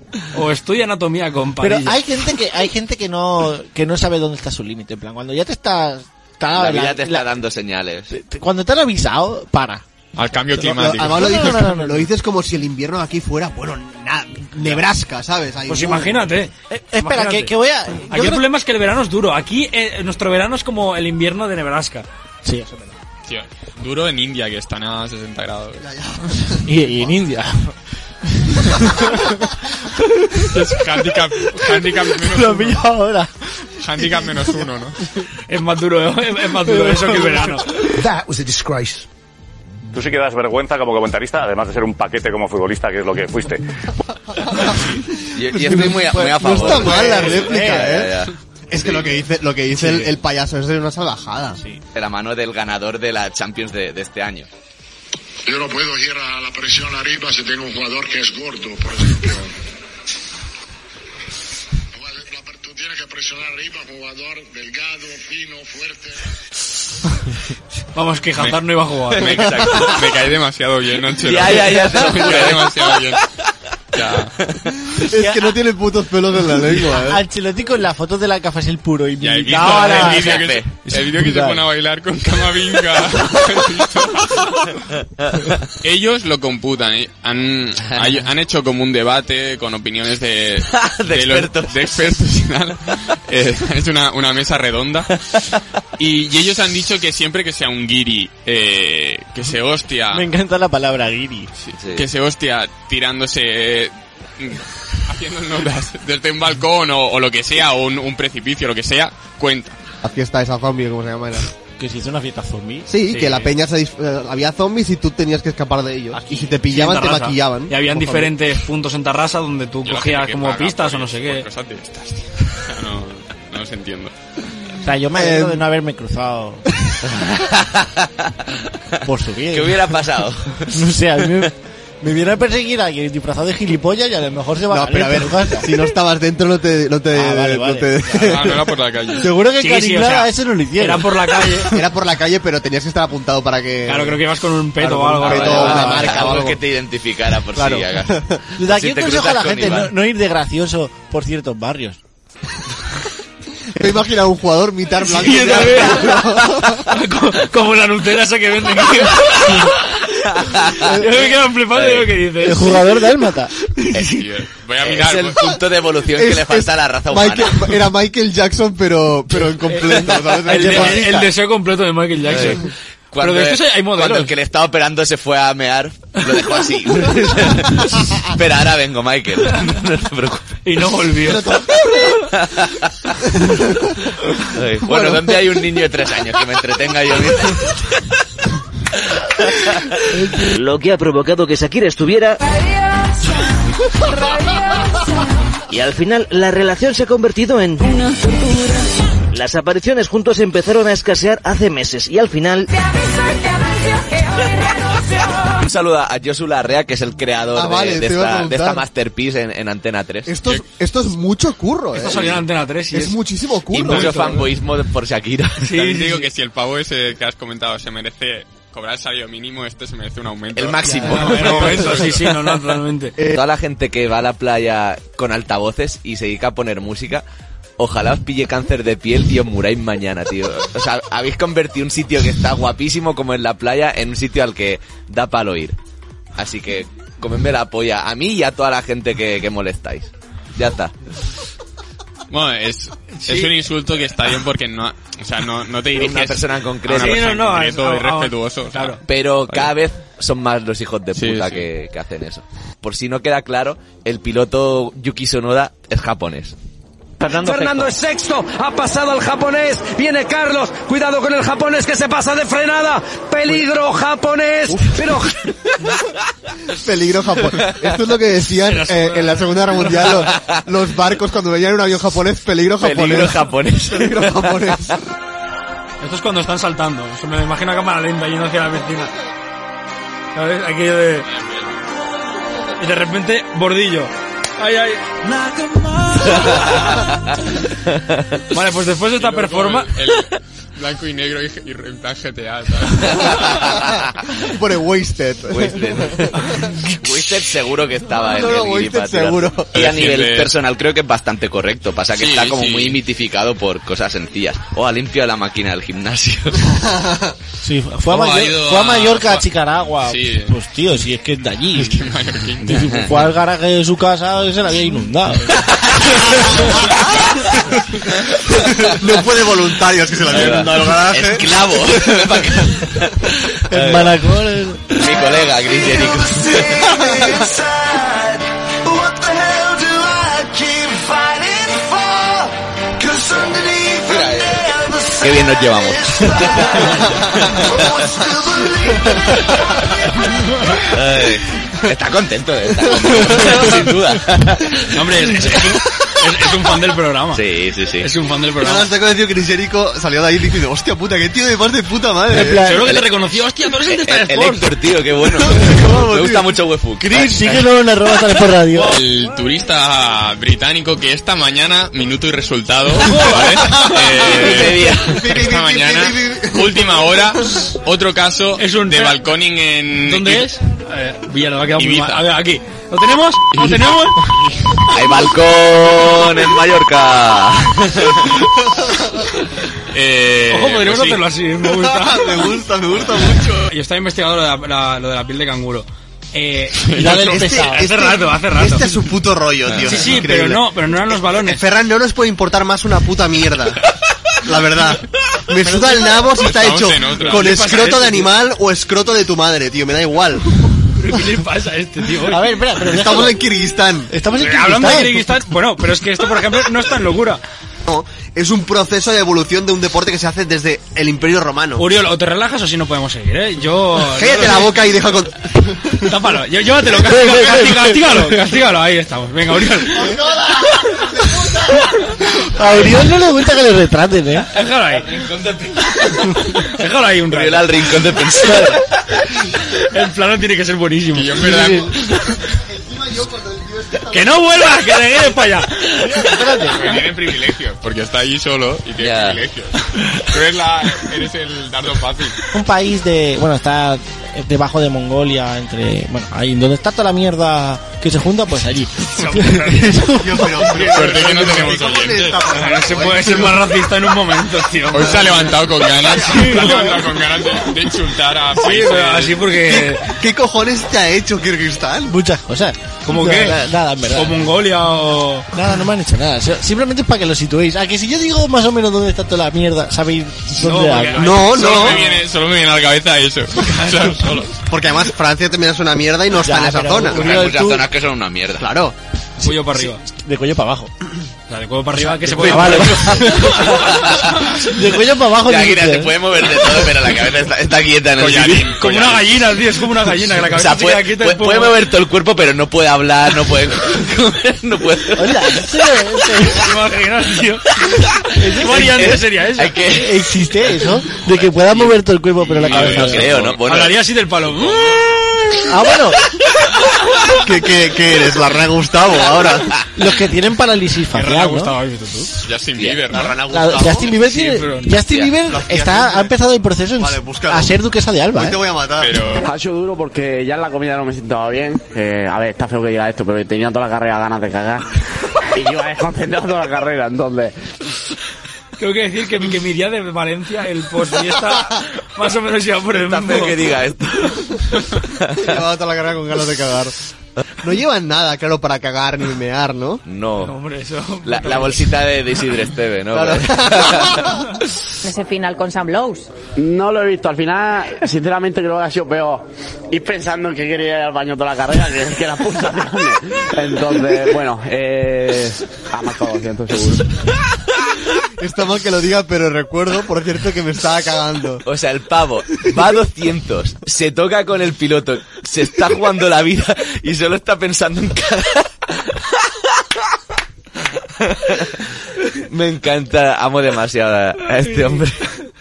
[SPEAKER 5] o estudia anatomía con
[SPEAKER 4] Pero
[SPEAKER 5] Padilla.
[SPEAKER 4] hay gente que hay gente que no que no sabe dónde está su límite. En plan, cuando ya te estás... está-
[SPEAKER 6] La vida
[SPEAKER 4] la-
[SPEAKER 6] te está dando señales.
[SPEAKER 4] la- cuando te han avisado, para.
[SPEAKER 3] Al cambio
[SPEAKER 7] Lo- lo-
[SPEAKER 3] climático.
[SPEAKER 7] Además lo
[SPEAKER 4] No, no,
[SPEAKER 7] dices,
[SPEAKER 4] no, no, no.
[SPEAKER 7] lo dices como si el invierno aquí fuera, bueno, na- Nebraska, ¿sabes? Ahí
[SPEAKER 5] Pues
[SPEAKER 7] muy-
[SPEAKER 5] imagínate.
[SPEAKER 4] Eh, Espera,
[SPEAKER 5] Imagínate.
[SPEAKER 4] que, que voy a...
[SPEAKER 5] Aquí el problema es que el verano es duro. Aquí eh, nuestro verano es como el invierno de Nebraska.
[SPEAKER 4] Sí,
[SPEAKER 3] Tío, duro en India que están a 60 grados.
[SPEAKER 4] Y, y en India.
[SPEAKER 3] Es handicap, handicap menos
[SPEAKER 4] Lo
[SPEAKER 3] uno.
[SPEAKER 4] pillo ahora.
[SPEAKER 3] Handicap menos uno, ¿no?
[SPEAKER 5] Es más duro, ¿eh? es, es más duro eso que el verano.
[SPEAKER 10] That was a disgrace.
[SPEAKER 17] Tú sí que das vergüenza como comentarista, además de ser un paquete como futbolista, que es lo que fuiste.
[SPEAKER 6] Y, y estoy muy a, muy a
[SPEAKER 7] Pues, No
[SPEAKER 6] favor.
[SPEAKER 7] está mal la
[SPEAKER 6] Eh,
[SPEAKER 7] réplica,
[SPEAKER 6] ya,
[SPEAKER 7] ¿eh?
[SPEAKER 6] ya,
[SPEAKER 7] Es que lo que dice, lo que dice
[SPEAKER 6] Sí.
[SPEAKER 7] el, el payaso es de una salvajada.
[SPEAKER 6] ya. De la mano del ganador de la Champions de, de este año.
[SPEAKER 18] Yo no puedo ir a la presión arriba si tengo un jugador que es gordo, por ejemplo. Jugador- la per- Tú tienes que presionar arriba, jugador delgado, fino, fuerte.
[SPEAKER 5] Vamos, que Hazard no iba a jugar.
[SPEAKER 3] Me, me cae demasiado bien, Ancelotti.
[SPEAKER 5] Ya, ya, ya, te lo
[SPEAKER 3] Me
[SPEAKER 5] juro,
[SPEAKER 3] cae
[SPEAKER 5] eh.
[SPEAKER 3] demasiado bien. Ya.
[SPEAKER 7] Es que no tiene putos pelos en la lengua, ¿eh?
[SPEAKER 4] Ancelotti con las fotos de la café es el puro y
[SPEAKER 3] Ya he visto
[SPEAKER 4] militao a la-
[SPEAKER 3] el vídeo que, se- el vídeo que se
[SPEAKER 4] Brutal.
[SPEAKER 3] pone a bailar con Camavinga. Ellos lo computan. eh. Han, hay- han hecho como un debate con opiniones de,
[SPEAKER 6] De
[SPEAKER 3] los-
[SPEAKER 6] expertos.
[SPEAKER 3] de expertos y tal. Eh, han hecho una, una mesa redonda. Y, y ellos han dicho que siempre que sea un guiri, eh, que se hostia,
[SPEAKER 4] Me encanta la palabra guiri.
[SPEAKER 6] Sí.
[SPEAKER 3] que se hostia tirándose, eh, haciendo notas desde un balcón o, o lo que sea, o un, un precipicio, lo que sea, cuenta.
[SPEAKER 7] La fiesta esa zombie, como se llama. Era.
[SPEAKER 5] Que si es una fiesta zombie.
[SPEAKER 7] Sí, que la peña se dis- eh, había zombies y tú tenías que escapar de ellos. y si te pillaban, te maquillaban.
[SPEAKER 5] Y habían
[SPEAKER 7] Como
[SPEAKER 5] diferentes puntos en Tarrasa donde tú
[SPEAKER 3] Yo la
[SPEAKER 5] cogías
[SPEAKER 3] gente que
[SPEAKER 5] como
[SPEAKER 3] paga
[SPEAKER 5] pistas
[SPEAKER 3] por
[SPEAKER 5] o no
[SPEAKER 3] es-
[SPEAKER 5] sé
[SPEAKER 3] por
[SPEAKER 5] qué.
[SPEAKER 3] cosas de estas, tío. O sea, No, no os entiendo.
[SPEAKER 14] O sea, yo
[SPEAKER 7] Eh,
[SPEAKER 14] me alegro de no haberme cruzado. Por su bien.
[SPEAKER 6] ¿Qué hubiera pasado?
[SPEAKER 14] No sé, a mí me, me viene a perseguir a alguien disfrazado de gilipollas y a lo mejor se va
[SPEAKER 7] No, pero a ver, si no estabas dentro no te... No te,
[SPEAKER 14] vale,
[SPEAKER 7] no
[SPEAKER 14] vale.
[SPEAKER 7] te-
[SPEAKER 3] Ah, no era por la calle.
[SPEAKER 7] Seguro que
[SPEAKER 5] Sí,
[SPEAKER 7] Cariñada
[SPEAKER 5] sí, o sea,
[SPEAKER 7] ese no lo hicieron.
[SPEAKER 5] era por la calle.
[SPEAKER 7] Era por la calle, pero tenías que estar apuntado para que...
[SPEAKER 5] Claro, creo que ibas con un
[SPEAKER 7] Claro,
[SPEAKER 5] peto o algo.
[SPEAKER 7] un peto,
[SPEAKER 5] algo
[SPEAKER 7] una
[SPEAKER 5] así.
[SPEAKER 7] marca o
[SPEAKER 6] Algo
[SPEAKER 7] algo.
[SPEAKER 6] que te identificara por
[SPEAKER 7] Claro.
[SPEAKER 6] si hagas.
[SPEAKER 14] Desde
[SPEAKER 6] si
[SPEAKER 14] aquí
[SPEAKER 6] te
[SPEAKER 14] aconsejo a la
[SPEAKER 6] cruzas con
[SPEAKER 14] gente no,
[SPEAKER 6] Iván.
[SPEAKER 14] no ir de gracioso por ciertos barrios.
[SPEAKER 7] Me imagino a un jugador mitad blanco.
[SPEAKER 14] Sí,
[SPEAKER 7] mitad
[SPEAKER 14] también.
[SPEAKER 7] negro.
[SPEAKER 5] Como la Nutella esa que venden. aquí. Yo me quedo flipado de lo que dices.
[SPEAKER 14] El jugador de Almata.
[SPEAKER 3] Voy a
[SPEAKER 6] Eh, Es el punto de evolución que
[SPEAKER 7] Es-
[SPEAKER 6] le falta a la raza humana.
[SPEAKER 7] Michael- era Michael Jackson, pero, pero en completo. ¿sabes?
[SPEAKER 5] El,
[SPEAKER 7] Qué
[SPEAKER 5] de- el
[SPEAKER 7] bonita.
[SPEAKER 5] deseo completo de Michael Jackson. Pero
[SPEAKER 6] Cuando-
[SPEAKER 5] de estos hay- hay
[SPEAKER 6] Cuando
[SPEAKER 5] modelos.
[SPEAKER 6] el que le estaba operando se fue a mear, lo dejó así. Pero ahora vengo, Michael. No te preocupes.
[SPEAKER 5] Y no volvió.
[SPEAKER 6] Ay, Bueno, ¿dónde hay un niño de tres años que me entretenga yo mismo?
[SPEAKER 19] Lo que ha provocado que Shakira estuviera y al final la relación se ha convertido en... Las apariciones juntos empezaron a escasear hace meses y al final...
[SPEAKER 6] Un saludo a Josu Larrea, que es el creador
[SPEAKER 7] Ah,
[SPEAKER 6] de-
[SPEAKER 7] vale,
[SPEAKER 6] de,
[SPEAKER 7] te iba a
[SPEAKER 6] esta, de esta
[SPEAKER 7] preguntar.
[SPEAKER 6] masterpiece en, en Antena 3.
[SPEAKER 7] Esto es, esto es mucho curro, eh.
[SPEAKER 5] Esto salió en Antena 3 y
[SPEAKER 7] es,
[SPEAKER 5] es-
[SPEAKER 7] muchísimo curro.
[SPEAKER 6] y mucho
[SPEAKER 7] esto, eh.
[SPEAKER 6] fanboyismo de- por Shakira.
[SPEAKER 3] También te digo que si el pavo ese que has comentado se merece cobrar el salario mínimo, este se merece un aumento.
[SPEAKER 6] El máximo.
[SPEAKER 3] El aumento,
[SPEAKER 5] Sí, sí, no, no, totalmente.
[SPEAKER 6] Toda la gente que va a la playa con altavoces y se dedica a poner música, ojalá os pille cáncer de piel y os muráis mañana, tío. O sea, habéis convertido un sitio que está guapísimo como en la playa en un sitio al que da palo ir. Así que comedme la polla a mí y a toda la gente que, que molestáis. Ya está.
[SPEAKER 3] Bueno, es, es un insulto que está bien porque no, o sea, no, no te
[SPEAKER 6] Una
[SPEAKER 3] diriges
[SPEAKER 6] persona en concreto.
[SPEAKER 3] a una
[SPEAKER 6] Sí,
[SPEAKER 3] persona
[SPEAKER 6] no, no,
[SPEAKER 3] en concreto
[SPEAKER 6] es-
[SPEAKER 3] y
[SPEAKER 6] a- a-
[SPEAKER 3] respetuoso. o sea,
[SPEAKER 6] Pero
[SPEAKER 3] Vale.
[SPEAKER 6] cada vez son más los hijos de
[SPEAKER 3] Sí,
[SPEAKER 6] puta
[SPEAKER 3] sí.
[SPEAKER 6] Que, que hacen eso. Por si no queda claro, el piloto Yuki Sonoda es japonés.
[SPEAKER 19] Fernando, es sexto, ha pasado al japonés, viene Carlos, cuidado con el japonés que se pasa de frenada, peligro japonés, pero...
[SPEAKER 7] Peligro Japón. Esto es lo que decían eh, en la Segunda Guerra Mundial los, los barcos cuando veían un avión japonés. Peligro japonés.
[SPEAKER 6] Peligro japonés.
[SPEAKER 7] Peligro japonés.
[SPEAKER 5] Esto es cuando están saltando. Eso me lo imagino a cámara lenta yendo hacia la vecina. ¿Sabes? Aquello de. Y de repente, bordillo. ¡Ay, ay! Vale, pues después de esta
[SPEAKER 3] Y luego
[SPEAKER 5] performance.
[SPEAKER 3] El, el blanco y negro y, y en plan GTA, ¿sabes?
[SPEAKER 7] Pone wasted.
[SPEAKER 6] Wasted. Wasted seguro que estaba en
[SPEAKER 7] No, no,
[SPEAKER 6] el
[SPEAKER 7] Wasted
[SPEAKER 6] Guiripatirar.
[SPEAKER 7] seguro.
[SPEAKER 6] Y a nivel
[SPEAKER 3] Defiende-
[SPEAKER 6] personal creo que es bastante correcto. Pasa que
[SPEAKER 3] Sí,
[SPEAKER 6] está como
[SPEAKER 3] sí.
[SPEAKER 6] muy mitificado por cosas sencillas. O ha limpiado la máquina del gimnasio.
[SPEAKER 14] Sí, fue a,
[SPEAKER 6] ¿Cómo ha
[SPEAKER 14] Mayor-
[SPEAKER 6] ido
[SPEAKER 14] fue a
[SPEAKER 6] a-
[SPEAKER 14] Mallorca, a
[SPEAKER 6] fue-
[SPEAKER 14] Chicaragua.
[SPEAKER 6] Sí.
[SPEAKER 14] Pues tío, si es que es de allí.
[SPEAKER 3] Mallorquín.
[SPEAKER 14] Si fue al garaje de su casa y se la había inundado.
[SPEAKER 7] no fue de voluntarios que se la dieron al garaje.
[SPEAKER 6] Esclavo. Ven pa' acá.
[SPEAKER 14] en Maracones.
[SPEAKER 6] Mi colega, Gris Jericho. Mira, eh, Qué bien nos llevamos. Ay, está contento, eh, está contento, sin duda.
[SPEAKER 5] No, hombre, es, es- es- es un fan del programa.
[SPEAKER 6] Sí, sí, sí.
[SPEAKER 5] Es un fan del
[SPEAKER 7] Pero nada,
[SPEAKER 5] programa.
[SPEAKER 7] está convencido que Chris Jericho salió de ahí diciendo, hostia puta, qué tío de más de puta madre. eh".
[SPEAKER 5] Seguro que te reconoció. ¡Hostia, tú eres el de Star
[SPEAKER 6] El, el
[SPEAKER 5] Sports!
[SPEAKER 6] Héctor, Eh, tío, qué bueno. Me gusta mucho Wefu.
[SPEAKER 14] Chris, síguelo en arroba tal por radio.
[SPEAKER 3] El turista británico que esta mañana, minuto y resultado, ¿vale? Eh, esta mañana, última hora, otro caso de balconing en...
[SPEAKER 5] ¿Dónde es? Eh, Villa, nos ha quedado muy
[SPEAKER 3] Ibiza.
[SPEAKER 5] mal. A ver, aquí. ¿Lo tenemos? ¿Lo tenemos?
[SPEAKER 6] Hay balcón en Mallorca.
[SPEAKER 3] Eh,
[SPEAKER 5] Ojo, podríamos
[SPEAKER 3] pues sí.
[SPEAKER 5] hacerlo así. Me gusta.
[SPEAKER 7] Ah, me gusta, me gusta mucho.
[SPEAKER 5] Yo estaba investigando lo de la, la- lo de la piel de canguro. Eh,
[SPEAKER 14] La del
[SPEAKER 5] hace
[SPEAKER 14] pesado.
[SPEAKER 5] hace rato, hace rato.
[SPEAKER 7] Este es su puto rollo, tío.
[SPEAKER 5] sí,
[SPEAKER 7] es
[SPEAKER 5] sí,
[SPEAKER 7] increíble.
[SPEAKER 5] pero no, pero no eran los balones.
[SPEAKER 7] Ferran, no nos puede importar más una puta mierda. La verdad. Me suda el nabo si está
[SPEAKER 3] Estamos
[SPEAKER 7] hecho
[SPEAKER 3] en otra.
[SPEAKER 7] con
[SPEAKER 3] ¿Qué pasa
[SPEAKER 7] escroto
[SPEAKER 3] esto,
[SPEAKER 7] de animal o escroto de tu madre, tío. Me da igual.
[SPEAKER 8] ¿Pero ¿Qué le pasa a este tío?
[SPEAKER 4] A ver, espera, pero déjalo.
[SPEAKER 7] Kirguistán.
[SPEAKER 4] Estamos en
[SPEAKER 8] Eh, Hablando de
[SPEAKER 4] Kirguistán.
[SPEAKER 8] Kirguistán, bueno, pero es que esto, por ejemplo, no es tan locura.
[SPEAKER 7] No, es un proceso de evolución de un deporte que se hace desde el Imperio Romano.
[SPEAKER 8] Uriol, o te relajas o si no podemos seguir, ¿eh? Yo...
[SPEAKER 7] Cállate la boca y deja con...
[SPEAKER 8] Tápalo, lló- llévatelo, castígalo, castígalo, castígalo, castígalo, ahí estamos. Venga, Uriol,
[SPEAKER 4] A Oriol no le gusta que le retraten, ¿eh?
[SPEAKER 8] déjalo ahí. Déjalo ahí un rato.
[SPEAKER 6] Uriol al rincón de pensar.
[SPEAKER 8] El plano tiene que ser buenísimo. ¡Que no vuelvas! ¡Que te quedes para allá!
[SPEAKER 3] Porque tiene privilegios, porque está allí solo y tiene privilegios. Tú eres, la, eres el dardo fácil.
[SPEAKER 4] Un país de. Bueno, está debajo de Mongolia, entre. Bueno, ahí donde está toda la mierda que se junta, pues allí.
[SPEAKER 3] Suerte que no tenemos oyentes. O sea, no se puede ser más racista en un momento, tío. Hoy se ha levantado con ganas. Se ha levantado con ganas de, de insultar a... países.
[SPEAKER 8] porque.
[SPEAKER 7] ¿Qué cojones te ha hecho Kirguistán?
[SPEAKER 4] Muchas cosas.
[SPEAKER 8] ¿Cómo
[SPEAKER 4] No,
[SPEAKER 8] qué?
[SPEAKER 4] na- Nada, en verdad.
[SPEAKER 8] ¿O Mongolia o...?
[SPEAKER 4] Nada, no me han hecho nada. Si- Simplemente es para que lo situéis. A que si yo digo más o menos dónde está toda la mierda, ¿sabéis dónde
[SPEAKER 3] porque-
[SPEAKER 4] hablo?
[SPEAKER 3] Solo me, viene, solo me viene a la cabeza eso. O sea, solo.
[SPEAKER 7] Porque además Francia también es una mierda y no está en esa zona.
[SPEAKER 6] Hay muchas zonas que son una mierda.
[SPEAKER 7] Claro.
[SPEAKER 8] Cuello para arriba.
[SPEAKER 4] De cuello para abajo.
[SPEAKER 8] O sea, de cuello para arriba que se
[SPEAKER 4] de
[SPEAKER 6] Ah,
[SPEAKER 8] puede...
[SPEAKER 4] cuello- De cuello para abajo.
[SPEAKER 6] Ya,
[SPEAKER 4] ni
[SPEAKER 6] mira,
[SPEAKER 4] siquiera.
[SPEAKER 6] te puede mover de todo, pero la cabeza está, está quieta en el
[SPEAKER 8] Collarín,
[SPEAKER 6] sitio.
[SPEAKER 8] como una gallina, tío, es como una gallina, que la
[SPEAKER 6] O
[SPEAKER 8] cabeza
[SPEAKER 6] sea,
[SPEAKER 8] se
[SPEAKER 6] puede,
[SPEAKER 8] queda quieta y
[SPEAKER 6] puede-
[SPEAKER 8] después-
[SPEAKER 6] puede mover todo el cuerpo, pero no puede hablar, no puede... no puede...
[SPEAKER 4] Hola, ¿en serio? ¿En serio?
[SPEAKER 8] ¿Te imaginas, tío? ¿Qué variante sería eso?
[SPEAKER 4] ¿Existe eso? De que pueda mover todo el cuerpo, pero la
[SPEAKER 6] No,
[SPEAKER 4] cabeza.
[SPEAKER 6] no creo, ¿no? Bueno,
[SPEAKER 8] Hablaría así del palo.
[SPEAKER 4] Ah, bueno,
[SPEAKER 7] ¿Qué, qué, qué eres? La rana Gustavo ahora.
[SPEAKER 4] los que tienen parálisis
[SPEAKER 8] Rana
[SPEAKER 4] facial, ¿no?
[SPEAKER 8] Gustavo, ¿has visto tú?
[SPEAKER 3] Justin Bieber, ¿no?
[SPEAKER 4] La- Justin Bieber,
[SPEAKER 8] Sí,
[SPEAKER 4] tiene-
[SPEAKER 8] pero-
[SPEAKER 4] Justin Bieber está, ha empezado el proceso en-
[SPEAKER 7] Vale, búscalo.
[SPEAKER 4] a ser duquesa de Alba.
[SPEAKER 7] Hoy te
[SPEAKER 4] ¿eh?
[SPEAKER 7] voy a matar.
[SPEAKER 3] Pero...
[SPEAKER 20] Ha sido duro porque ya en la comida no me sentaba bien. Eh, a ver, está feo que diga esto, pero tenía toda la carrera ganas de cagar. y yo he concentrado toda la carrera, entonces.
[SPEAKER 8] Tengo que decir que, mi- que mi día de Valencia, el post fiesta, más o menos iba por el
[SPEAKER 6] está
[SPEAKER 8] mismo.
[SPEAKER 6] feo que diga esto.
[SPEAKER 4] ¿eh?
[SPEAKER 7] Llevaba toda la carrera con ganas de cagar. No llevan nada, claro, para cagar ni mear, ¿no?
[SPEAKER 8] No,
[SPEAKER 6] No.
[SPEAKER 8] hombre, eso...
[SPEAKER 6] La, la bolsita de, de Isidre Esteve, ¿no?
[SPEAKER 15] Ese final con Sam Lowe's.
[SPEAKER 20] No lo he visto. Al final, sinceramente, creo que ha sido peor ir pensando en que quería ir al baño toda la carrera que, que la puta grande. Entonces, bueno, eh. Ha marcado 200 seguro.
[SPEAKER 7] Está mal que lo diga, pero recuerdo, por cierto, que me estaba cagando.
[SPEAKER 6] O sea, el pavo va a 200, se toca con el piloto, se está jugando la vida y solo está pensando en cagar. Me encanta, amo demasiado a- a este hombre.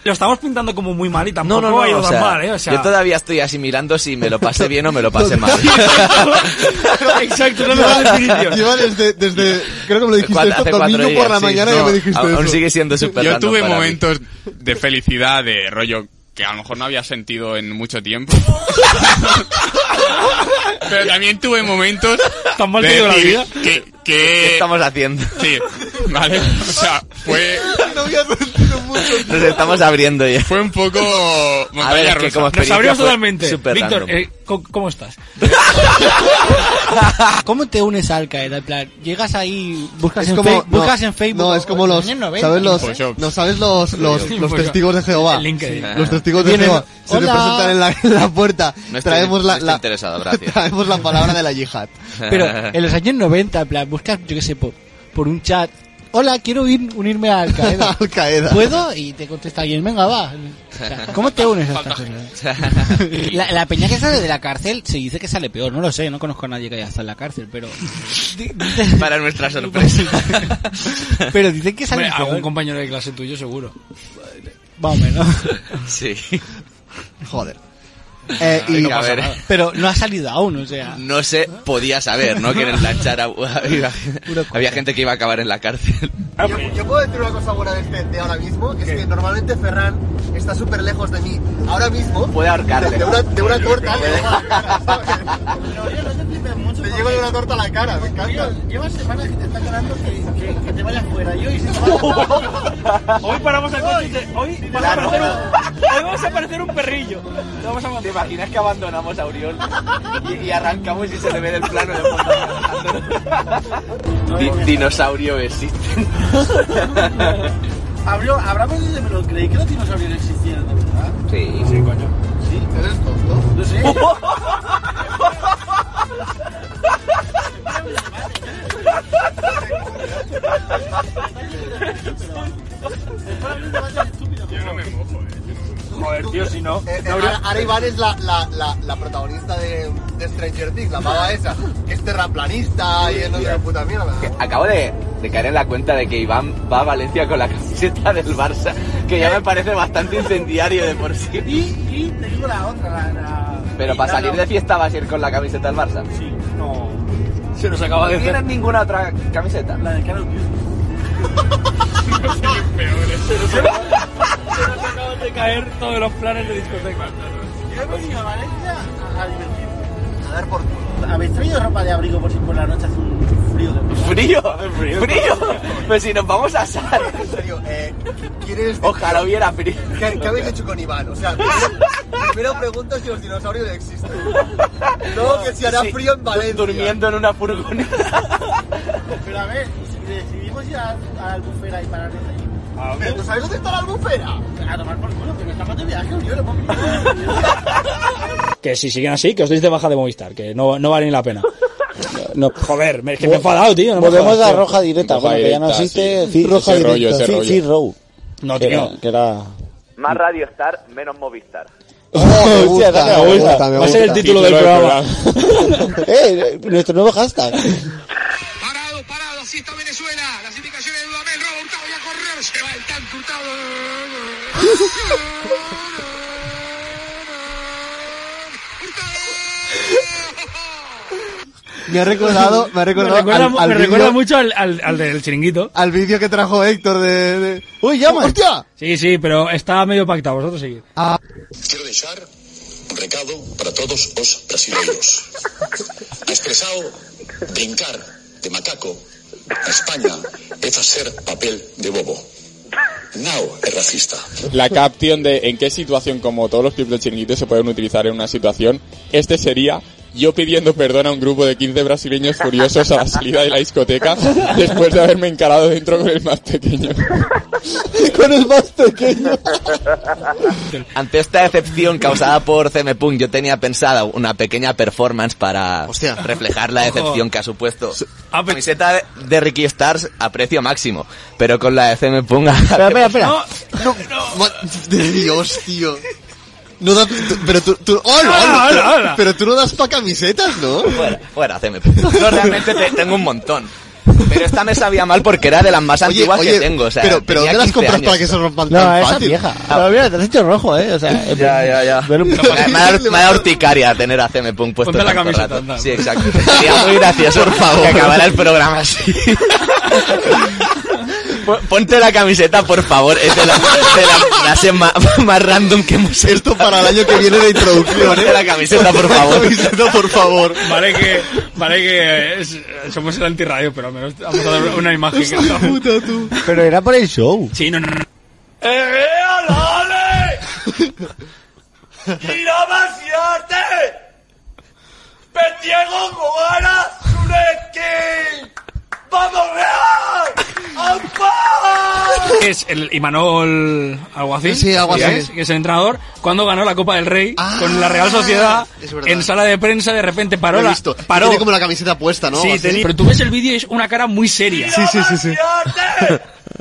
[SPEAKER 8] Lo estamos pintando como muy mal y tampoco
[SPEAKER 6] No, no, no,
[SPEAKER 8] ha ido
[SPEAKER 6] o
[SPEAKER 8] tan
[SPEAKER 6] sea,
[SPEAKER 8] mal, ¿eh? O sea...
[SPEAKER 6] yo todavía estoy asimilando si me lo pasé bien o me lo pasé mal.
[SPEAKER 8] Exacto, no me da la definición.
[SPEAKER 7] Lleva desde, desde creo que me lo dijiste
[SPEAKER 6] Cuatro-
[SPEAKER 7] esto,
[SPEAKER 6] hace cuatro
[SPEAKER 7] domingo por
[SPEAKER 6] días,
[SPEAKER 7] la
[SPEAKER 6] sí,
[SPEAKER 7] mañana ya
[SPEAKER 6] no,
[SPEAKER 7] me dijiste
[SPEAKER 6] aún- Aún
[SPEAKER 7] eso.
[SPEAKER 6] sigue siendo súper
[SPEAKER 3] Yo
[SPEAKER 6] random
[SPEAKER 3] tuve
[SPEAKER 6] para mí.
[SPEAKER 3] momentos de felicidad, de rollo que a lo mejor no había sentido en mucho tiempo. Pero también tuve momentos
[SPEAKER 8] Tan mal
[SPEAKER 3] de
[SPEAKER 8] te ha ido la
[SPEAKER 3] decir
[SPEAKER 8] vida.
[SPEAKER 3] que,
[SPEAKER 6] ¿Qué
[SPEAKER 3] que
[SPEAKER 6] estamos haciendo?
[SPEAKER 3] sí, vale, o sea, fue
[SPEAKER 7] Ah, No había sentido mucho.
[SPEAKER 6] Nos estamos abriendo ya.
[SPEAKER 3] fue un poco
[SPEAKER 6] A ver,
[SPEAKER 3] montaña
[SPEAKER 6] es que
[SPEAKER 3] rusa.
[SPEAKER 6] como
[SPEAKER 8] Nos
[SPEAKER 6] experiencia
[SPEAKER 8] abrimos
[SPEAKER 6] fue
[SPEAKER 8] totalmente.
[SPEAKER 6] súper
[SPEAKER 8] Víctor,
[SPEAKER 6] random.
[SPEAKER 8] eh, ¿cómo, cómo estás?
[SPEAKER 4] ¿Cómo te unes a Al Qaeda? En plan, llegas ahí, buscas,
[SPEAKER 7] Es
[SPEAKER 4] en,
[SPEAKER 7] como,
[SPEAKER 4] Fe- buscas en Facebook.
[SPEAKER 7] No, es como los,
[SPEAKER 4] años 90,
[SPEAKER 7] ¿sabes los,
[SPEAKER 3] Photoshop.
[SPEAKER 7] no sabes los, los, los
[SPEAKER 8] Photoshop.
[SPEAKER 7] testigos de
[SPEAKER 5] Ah,
[SPEAKER 7] Jehová?
[SPEAKER 8] El LinkedIn.
[SPEAKER 7] Los testigos de
[SPEAKER 4] Vienen,
[SPEAKER 7] Jehová se te
[SPEAKER 4] "Hola".
[SPEAKER 7] presentan en la, en la puerta.
[SPEAKER 6] No estoy-
[SPEAKER 7] traemos
[SPEAKER 6] no
[SPEAKER 7] la,
[SPEAKER 6] estoy
[SPEAKER 7] la-
[SPEAKER 6] interesado, gracias.
[SPEAKER 7] traemos la palabra de la yihad.
[SPEAKER 4] Pero en los años 90, en plan, buscas, yo qué sé, por, por un chat. Hola, quiero ir- unirme a Al Qaeda.
[SPEAKER 7] Al Qaeda.
[SPEAKER 4] ¿Puedo? Y te contesta alguien, venga, va. O sea, ¿Cómo te unes a estas cosas? La, la peña que sale de la cárcel se dice que sale peor, no lo sé, no conozco a nadie que haya estado en la cárcel, pero.
[SPEAKER 6] Para nuestra sorpresa.
[SPEAKER 4] pero dicen que sale
[SPEAKER 8] Hombre, algún
[SPEAKER 4] peor.
[SPEAKER 8] compañero de clase tuyo, seguro.
[SPEAKER 4] Más o menos.
[SPEAKER 6] sí.
[SPEAKER 7] Joder. Eh, y,
[SPEAKER 6] a ver,
[SPEAKER 4] Pero no ha salido aún, o sea.
[SPEAKER 6] no se podía saber, ¿no? Que en el lanchar había, había gente que iba a acabar en la cárcel.
[SPEAKER 7] Yo, yo puedo decir una cosa buena de, este, de ahora mismo, que es que normalmente Ferran está súper lejos de mí. Ahora mismo...
[SPEAKER 6] Puede ahorcarle.
[SPEAKER 7] De, de una, de una torta le llevo a la cara, ¿sabes? Le llevo de una torta a la cara, me encanta.
[SPEAKER 14] Llevas semanas que te está quedando que, que, te vayas fuera. Yo hice
[SPEAKER 5] Hoy paramos al coche y te- hoy, vas a aparecer un, hoy vamos a aparecer un perrillo. Te vamos a mandar.
[SPEAKER 6] ¿Te imaginas que abandonamos a Oriol y, arrancamos y se le ve del plano de dinosaurio existen.
[SPEAKER 14] Habló, hablamos desde me lo creí que los dinosaurios existían, de verdad.
[SPEAKER 6] Sí.
[SPEAKER 14] Sí, coño. Sí, eres tonto. No sé.
[SPEAKER 5] Joder, tío, si no.
[SPEAKER 7] Eh, eh,
[SPEAKER 5] no habría-
[SPEAKER 7] ahora, ahora Iván es la, la, la, la protagonista de, de Stranger Things, la pava esa, que es terraplanista y es no sé qué puta mierda.
[SPEAKER 6] Acabo de, de caer en la cuenta de que Iván va a Valencia con la camiseta del Barça, que ya me parece bastante incendiario de por sí.
[SPEAKER 14] Y te digo la otra, la- la-
[SPEAKER 6] Pero para
[SPEAKER 14] No,
[SPEAKER 6] salir
[SPEAKER 14] no.
[SPEAKER 6] de fiesta va a ir con la camiseta del Barça. Sí,
[SPEAKER 5] no. Se nos acaba de
[SPEAKER 6] No
[SPEAKER 5] hacer.
[SPEAKER 6] tienen ninguna otra camiseta. La de
[SPEAKER 5] Se nos acaba- se nos acaban de caer todos los planes de discoteca.
[SPEAKER 14] Yo he venido a Valencia a, a divertirme. A dar por culo. ¿Habéis traído ropa de abrigo por si por la noche hace un frío? de-
[SPEAKER 6] Frío, frío, Pues si nos vamos a asar.
[SPEAKER 7] eh,
[SPEAKER 6] Ojalá hubiera frío.
[SPEAKER 7] este? ¿Qué, qué habéis hecho con Iván? O sea, primero, primero pregunto si los dinosaurios existen. Luego que si hará
[SPEAKER 6] Sí,
[SPEAKER 7] frío en
[SPEAKER 6] du-
[SPEAKER 7] Valencia.
[SPEAKER 6] Durmiendo en una furgoneta.
[SPEAKER 14] Pero a ver, si decidimos ir a, a la albufera y pararnos ahí.
[SPEAKER 7] ¿Pero tú sabes dónde está la albufera?
[SPEAKER 14] A tomar por culo, que no estamos de viaje, yo no puedo
[SPEAKER 5] Que si siguen así, que os deis de baja de Movistar, que no, no vale ni la pena. No, joder, me- que me he enfadado, tío. No me
[SPEAKER 4] Volvemos
[SPEAKER 5] jodas,
[SPEAKER 4] a
[SPEAKER 5] tío.
[SPEAKER 4] roja directa,
[SPEAKER 5] Roja
[SPEAKER 4] bueno, que ya no
[SPEAKER 5] directa,
[SPEAKER 4] existe.
[SPEAKER 5] sí.
[SPEAKER 4] Fi-
[SPEAKER 5] Ese
[SPEAKER 4] roja
[SPEAKER 5] rollo,
[SPEAKER 4] directa,
[SPEAKER 5] ese
[SPEAKER 4] Fi-
[SPEAKER 5] rollo.
[SPEAKER 4] Fi- Row.
[SPEAKER 5] No,
[SPEAKER 4] Que
[SPEAKER 5] tío.
[SPEAKER 4] era- Que era...
[SPEAKER 6] Más Radio Star, menos Movistar.
[SPEAKER 4] Me
[SPEAKER 5] gusta, me gusta, me
[SPEAKER 4] Va a ser el
[SPEAKER 5] gusta.
[SPEAKER 4] título del
[SPEAKER 5] Título del
[SPEAKER 4] programa. eh, nuestro nuevo hashtag.
[SPEAKER 7] Me ha recordado, me ha recordado
[SPEAKER 8] Me recuerda,
[SPEAKER 7] al,
[SPEAKER 8] mu-
[SPEAKER 7] al
[SPEAKER 8] me
[SPEAKER 7] vídeo-
[SPEAKER 8] recuerda mucho al, al- al del chiringuito.
[SPEAKER 7] al vídeo que trajo Héctor de... de- ¡Uy, llama! ¡Hostia!
[SPEAKER 8] Sí, sí, pero está medio pactado. Vosotros seguid.
[SPEAKER 7] Ah,
[SPEAKER 18] Quiero deixar un recado para todos os brasileiros. A expresado brincar de macaco a España é facer papel de bobo. Nao é racista.
[SPEAKER 21] La capción de en qué situación, como todos los clips del chiringuito, se pueden utilizar en una situación. Este sería yo pidiendo perdón a un grupo de 15 brasileños furiosos a la salida de la discoteca después de haberme encarado dentro con el más pequeño.
[SPEAKER 4] Con el más pequeño.
[SPEAKER 6] Ante esta decepción causada por CM Punk, yo tenía pensada una pequeña performance para reflejar la decepción que ha supuesto. Camiseta de- de Ricky Stars a precio máximo, pero con la de CM Punk...
[SPEAKER 7] Espera, espera, espera. Ma- de Dios, tío. No da, tú- pero tú, tú- hola, hola,
[SPEAKER 6] Hola,
[SPEAKER 7] pero,
[SPEAKER 6] hola.
[SPEAKER 7] pero tú no das pa' camisetas, ¿no?
[SPEAKER 6] Fuera, fuera, CM Punk. No, realmente te- tengo un montón. Pero esta me sabía mal porque era de las más
[SPEAKER 7] Oye,
[SPEAKER 6] antiguas
[SPEAKER 7] oye,
[SPEAKER 6] que tengo. O sea,
[SPEAKER 7] pero- pero
[SPEAKER 6] tenía
[SPEAKER 7] ¿dónde las
[SPEAKER 6] 15
[SPEAKER 7] compras
[SPEAKER 6] años.
[SPEAKER 7] para que se rompan
[SPEAKER 4] No, esa vieja.
[SPEAKER 7] Ah.
[SPEAKER 4] Pero mira, te has hecho rojo, eh. O sea, eh,
[SPEAKER 6] Ya, ya, ya. Me, pues, me da- me da urticaria tener a CM Punk puesto
[SPEAKER 4] Ponte la
[SPEAKER 6] tanto
[SPEAKER 4] camiseta,
[SPEAKER 6] rato.
[SPEAKER 4] anda.
[SPEAKER 6] Sí, exacto. Sería muy gracioso, por favor, que acabara el programa así. Po- Ponte la camiseta, por favor. Es de la, de la frase ma- más, random que hemos Esto
[SPEAKER 7] para el año que viene de introducción, ¿eh?
[SPEAKER 6] Ponte la camiseta, por favor.
[SPEAKER 7] por favor.
[SPEAKER 8] Vale que, vale que es- somos el antirradio, pero al menos vamos a dar una imagen. que está-
[SPEAKER 4] Pero era por el show.
[SPEAKER 8] Sí, no, no, no.
[SPEAKER 13] ¡Eh, ¡Tira más fuerte! ¡Petiego Cogara Sureki! ¡Vamos, Real! ¡Aupa!
[SPEAKER 8] que es el Imanol Alguacil,
[SPEAKER 7] Sí, Alguacil.
[SPEAKER 8] que es- que es el entrenador, cuando ganó la Copa del Rey con la Real Sociedad
[SPEAKER 7] es verdad.
[SPEAKER 8] en sala de prensa, de repente
[SPEAKER 7] Lo
[SPEAKER 8] paró
[SPEAKER 7] he
[SPEAKER 8] la,
[SPEAKER 7] visto. Y
[SPEAKER 8] paró.
[SPEAKER 7] Tiene como la camiseta puesta, ¿no?
[SPEAKER 8] Sí,
[SPEAKER 7] Así.
[SPEAKER 8] tenía- pero tú ves el vídeo y es una cara muy seria. Sí, sí, sí, sí.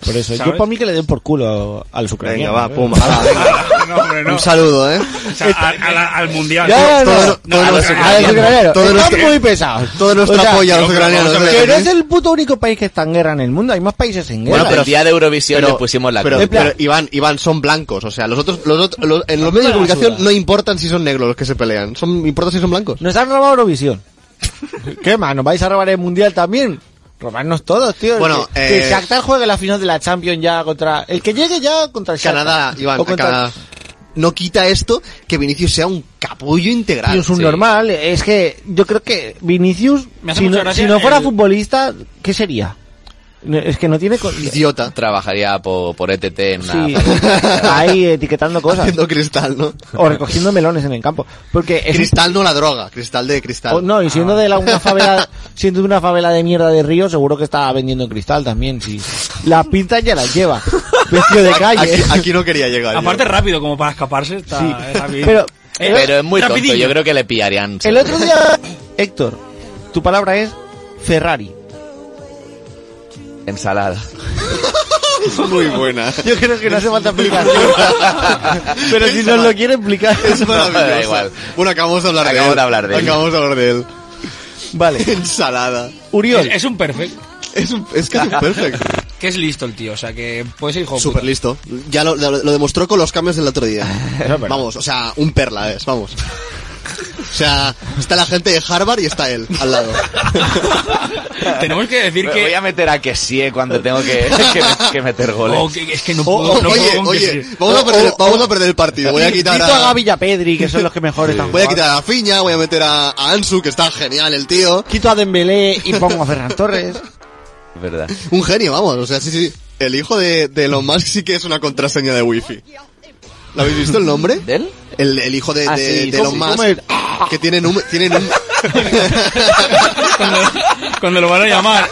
[SPEAKER 4] Por eso,
[SPEAKER 8] ¿Sabes?
[SPEAKER 4] yo para mí que le den por culo a los ucranianos.
[SPEAKER 7] va,
[SPEAKER 4] ¿eh?
[SPEAKER 7] pum, ala,
[SPEAKER 8] Ah, No, hombre, no.
[SPEAKER 7] Un saludo, ¿eh?
[SPEAKER 8] O sea, a- a la- al mundial.
[SPEAKER 4] Ya, no,
[SPEAKER 8] Todo-
[SPEAKER 4] no,
[SPEAKER 8] no,
[SPEAKER 4] no,
[SPEAKER 8] a
[SPEAKER 4] no,
[SPEAKER 8] los
[SPEAKER 4] no,
[SPEAKER 8] ucranianos.
[SPEAKER 4] a los ucranianos.
[SPEAKER 7] Todo
[SPEAKER 4] Están
[SPEAKER 7] nuestro-
[SPEAKER 4] muy pesados.
[SPEAKER 7] todo nuestro apoyo a los
[SPEAKER 4] que-
[SPEAKER 7] ucranianos, ¿no?
[SPEAKER 4] Que no es el puto único país que está en guerra en el mundo. Hay más países en guerra.
[SPEAKER 6] Bueno, pero el día de Eurovisión le pusimos la
[SPEAKER 7] pero,
[SPEAKER 6] cruz.
[SPEAKER 7] pero, Iván, Iván, son blancos. O sea, los otros, los otros- los- en los medios de comunicación no importan si son negros los que se pelean. Son, importa si son blancos.
[SPEAKER 4] Nos han robado Eurovisión. ¿Qué más? ¿Nos vais a robar el mundial también? Robarnos todos, tío.
[SPEAKER 7] Bueno,
[SPEAKER 4] que, que
[SPEAKER 7] eh,
[SPEAKER 4] Shakhtar juegue la final de la Champions ya contra. El que llegue ya contra el Shakhtar.
[SPEAKER 7] Canadá, Iván,
[SPEAKER 4] O contra-
[SPEAKER 7] Canadá. No quita esto que Vinicius sea un capullo integral.
[SPEAKER 4] Tío, es un
[SPEAKER 7] Sí.
[SPEAKER 4] normal. Es que yo creo que Vinicius,
[SPEAKER 7] Me hace
[SPEAKER 4] si
[SPEAKER 7] mucha
[SPEAKER 4] no,
[SPEAKER 7] gracia
[SPEAKER 4] si no fuera
[SPEAKER 7] el-
[SPEAKER 4] futbolista, ¿qué sería? No, Es que no tiene. co-
[SPEAKER 7] Idiota.
[SPEAKER 6] Trabajaría por, por ETT en una...
[SPEAKER 4] Sí, ahí etiquetando cosas.
[SPEAKER 7] Haciendo cristal, ¿no?
[SPEAKER 4] O recogiendo melones en el campo. Porque es un-
[SPEAKER 7] Cristal no la droga, cristal de cristal.
[SPEAKER 4] O no, y siendo de la, una favela, siendo de una favela de mierda de Río, seguro que estaba vendiendo en cristal también, sí. Las pintas ya las lleva. Vestido de calle.
[SPEAKER 7] Aquí, aquí no quería llegar. yo.
[SPEAKER 8] Aparte rápido, como para escaparse, está
[SPEAKER 4] Sí.
[SPEAKER 8] está bien.
[SPEAKER 4] Pero
[SPEAKER 7] Eh,
[SPEAKER 6] Pero es muy tonto,
[SPEAKER 4] Eh, Rapidillo.
[SPEAKER 6] yo creo que le pillarían.
[SPEAKER 4] El otro día, Héctor, tu palabra es Ferrari.
[SPEAKER 6] Ensalada. Muy buena.
[SPEAKER 4] Yo creo que no hace falta explicar. Pero si nos lo quiere explicar,
[SPEAKER 7] Es maravilloso.
[SPEAKER 6] Da igual.
[SPEAKER 7] Bueno, acabamos de hablar de él.
[SPEAKER 6] Acabamos de hablar de él.
[SPEAKER 7] Acabamos de hablar de él.
[SPEAKER 4] Vale.
[SPEAKER 7] Ensalada.
[SPEAKER 4] Uriol.
[SPEAKER 8] Es, es un perfect.
[SPEAKER 7] Es, un, es casi un perfect.
[SPEAKER 8] Que es listo el tío, o sea, que puede ser hijo de
[SPEAKER 7] Súper
[SPEAKER 8] puta.
[SPEAKER 7] listo. Ya lo, lo- lo demostró con los cambios del otro día.
[SPEAKER 8] Eso es verdad.
[SPEAKER 7] vamos, o sea, un perla es, vamos. O sea, está la gente de Harvard y está él al lado.
[SPEAKER 8] Tenemos que decir
[SPEAKER 6] Me
[SPEAKER 8] que-
[SPEAKER 6] Voy a meter a que sí eh, cuando tengo que, que, que meter goles.
[SPEAKER 8] Oh, que- es que no
[SPEAKER 7] Oh,
[SPEAKER 8] puedo,
[SPEAKER 7] oh,
[SPEAKER 8] no
[SPEAKER 7] oye,
[SPEAKER 8] puedo con que
[SPEAKER 7] oye,
[SPEAKER 8] sí.
[SPEAKER 7] vamos a, perder, vamos a perder el partido. Voy a quitar
[SPEAKER 4] Quito a Gaby y a Pedri, que son los que mejor están
[SPEAKER 7] Voy a
[SPEAKER 4] jugando.
[SPEAKER 7] quitar a Fiña, voy a meter a, a Ansu, que está genial el tío.
[SPEAKER 4] Quito a Dembélé y pongo a Ferran Torres.
[SPEAKER 6] verdad.
[SPEAKER 7] Un genio, vamos. O sea, sí, sí. El hijo de, de Elon Musk sí que es una contraseña de wifi. ¿Lo habéis visto el nombre? ¿De
[SPEAKER 6] él?
[SPEAKER 7] El, el hijo de,
[SPEAKER 4] Ah,
[SPEAKER 7] de-
[SPEAKER 4] sí,
[SPEAKER 7] de
[SPEAKER 4] ¿cómo-
[SPEAKER 7] Elon Musk.
[SPEAKER 4] cómo es?
[SPEAKER 7] Que tiene número... Tiene num-
[SPEAKER 8] Cuando lo van a llamar.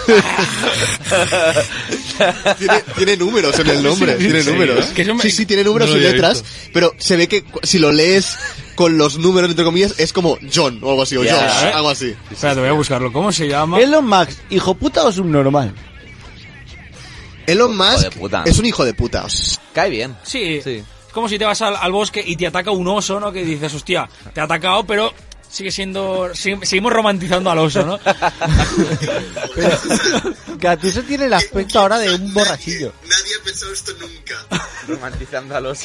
[SPEAKER 7] tiene, tiene números en el nombre.
[SPEAKER 8] Sí, sí,
[SPEAKER 7] tiene
[SPEAKER 8] sí,
[SPEAKER 7] números.
[SPEAKER 8] ¿eh? Que eso me-
[SPEAKER 7] Sí, sí, tiene números
[SPEAKER 8] no lo
[SPEAKER 7] y
[SPEAKER 8] había
[SPEAKER 7] letras. Pero se ve que cu- si lo lees con los números, entre comillas, es como John o algo así. O
[SPEAKER 8] Ya,
[SPEAKER 7] Josh,
[SPEAKER 8] ¿eh?
[SPEAKER 7] algo así.
[SPEAKER 8] Espérate, voy a buscarlo. ¿Cómo se llama?
[SPEAKER 4] Elon Max, hijo puta o subnormal.
[SPEAKER 7] Elon Musk
[SPEAKER 6] de puta.
[SPEAKER 7] es un hijo de puta. O sea,
[SPEAKER 6] Cae bien.
[SPEAKER 8] Sí. Es como si te vas al, al bosque y te ataca un oso, ¿no? Que dices, hostia, te ha atacado, pero sigue siendo... sigue- seguimos romantizando al oso, ¿no?
[SPEAKER 4] Gatuso tiene el aspecto ahora de un borrachillo.
[SPEAKER 6] Romantizando a los.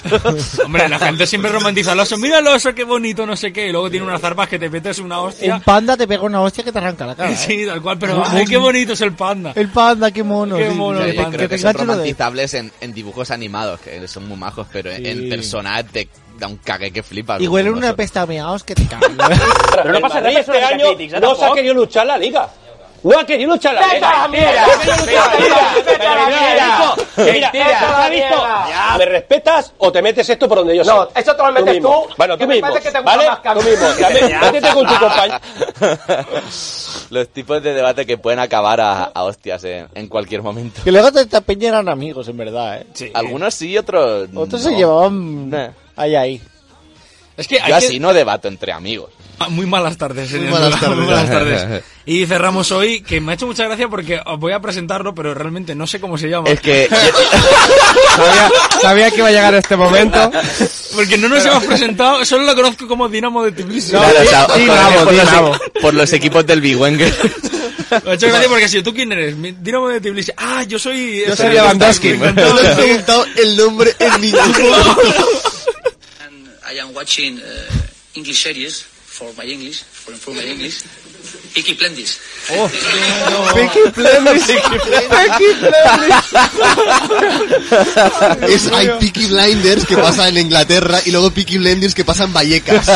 [SPEAKER 8] Hombre, la gente siempre romantiza al oso. Mira el oso, qué bonito, no sé qué. Y luego tiene unas zarpas que te metes una
[SPEAKER 4] Un
[SPEAKER 8] hostia.
[SPEAKER 4] panda te pega una hostia que te arranca la cara. ¿eh?
[SPEAKER 8] Sí, tal cual, pero ay, qué bonito es el panda.
[SPEAKER 4] El panda, qué mono.
[SPEAKER 8] Qué
[SPEAKER 4] sí,
[SPEAKER 8] mono,
[SPEAKER 4] sí,
[SPEAKER 8] el
[SPEAKER 4] sí,
[SPEAKER 6] Yo
[SPEAKER 8] panda.
[SPEAKER 4] que
[SPEAKER 6] creo
[SPEAKER 4] te
[SPEAKER 6] que son
[SPEAKER 4] enganche lo de-
[SPEAKER 6] romantizables en, en dibujos animados, que son muy majos, pero en- en persona te da un cague que flipas.
[SPEAKER 4] Y huele
[SPEAKER 6] Un
[SPEAKER 4] una
[SPEAKER 6] oso.
[SPEAKER 4] pesta a meaos que te cagas.
[SPEAKER 22] Pero no pasa nada, este año no se ha querido luchar la liga. No ha querido luchar la liga. Mira, mira, ¿me respetas o te metes esto por donde yo soy? No, eso te lo metes tú. Bueno, tú mismo. ¿Vale? Tú mismo. Métete con tu compañero.
[SPEAKER 6] Los tipos de debate que pueden acabar a, a hostias en, en cualquier momento.
[SPEAKER 4] Que luego te tapeña eran amigos, en verdad, ¿eh?
[SPEAKER 6] Algunos sí, otros.
[SPEAKER 8] Mm,
[SPEAKER 4] Otros
[SPEAKER 6] no.
[SPEAKER 4] se llevaban
[SPEAKER 8] Eh.
[SPEAKER 4] ahí, ahí.
[SPEAKER 8] Es que hay
[SPEAKER 6] Yo
[SPEAKER 8] que-
[SPEAKER 6] así no debato entre amigos.
[SPEAKER 8] Ah, Muy malas tardes.
[SPEAKER 6] Muy
[SPEAKER 8] señor.
[SPEAKER 6] malas tardes.
[SPEAKER 8] Muy malas tardes. Y cerramos hoy, que me ha hecho mucha gracia porque os voy a presentarlo, pero realmente no sé cómo se llama.
[SPEAKER 6] Es que.
[SPEAKER 23] Sabía, sabía que iba a llegar este momento.
[SPEAKER 8] Porque no nos hemos presentado, solo lo conozco como Dinamo de Tbilisi.
[SPEAKER 6] Claro, o sea, os
[SPEAKER 23] di
[SPEAKER 6] conocéis
[SPEAKER 23] Nabo,
[SPEAKER 6] por,
[SPEAKER 23] di
[SPEAKER 6] los,
[SPEAKER 23] Nabo.
[SPEAKER 6] e- por los equipos del Big Wenger.
[SPEAKER 8] Me ha hecho gracia porque si tú quién eres, Mi- Dinamo de Tbilisi. Ah, yo soy...
[SPEAKER 6] Yo soy Lewandowski.
[SPEAKER 8] Me encantó.
[SPEAKER 7] No le he preguntado el nombre en ningún momento.
[SPEAKER 24] I am watching uh, English series for my English, for improve my English. Peaky Blinders.
[SPEAKER 23] Oh,
[SPEAKER 7] Peaky Blinders. Peaky Es, hay Peaky Blinders que pasa en Inglaterra y luego Peaky Blinders que pasa en Vallecas.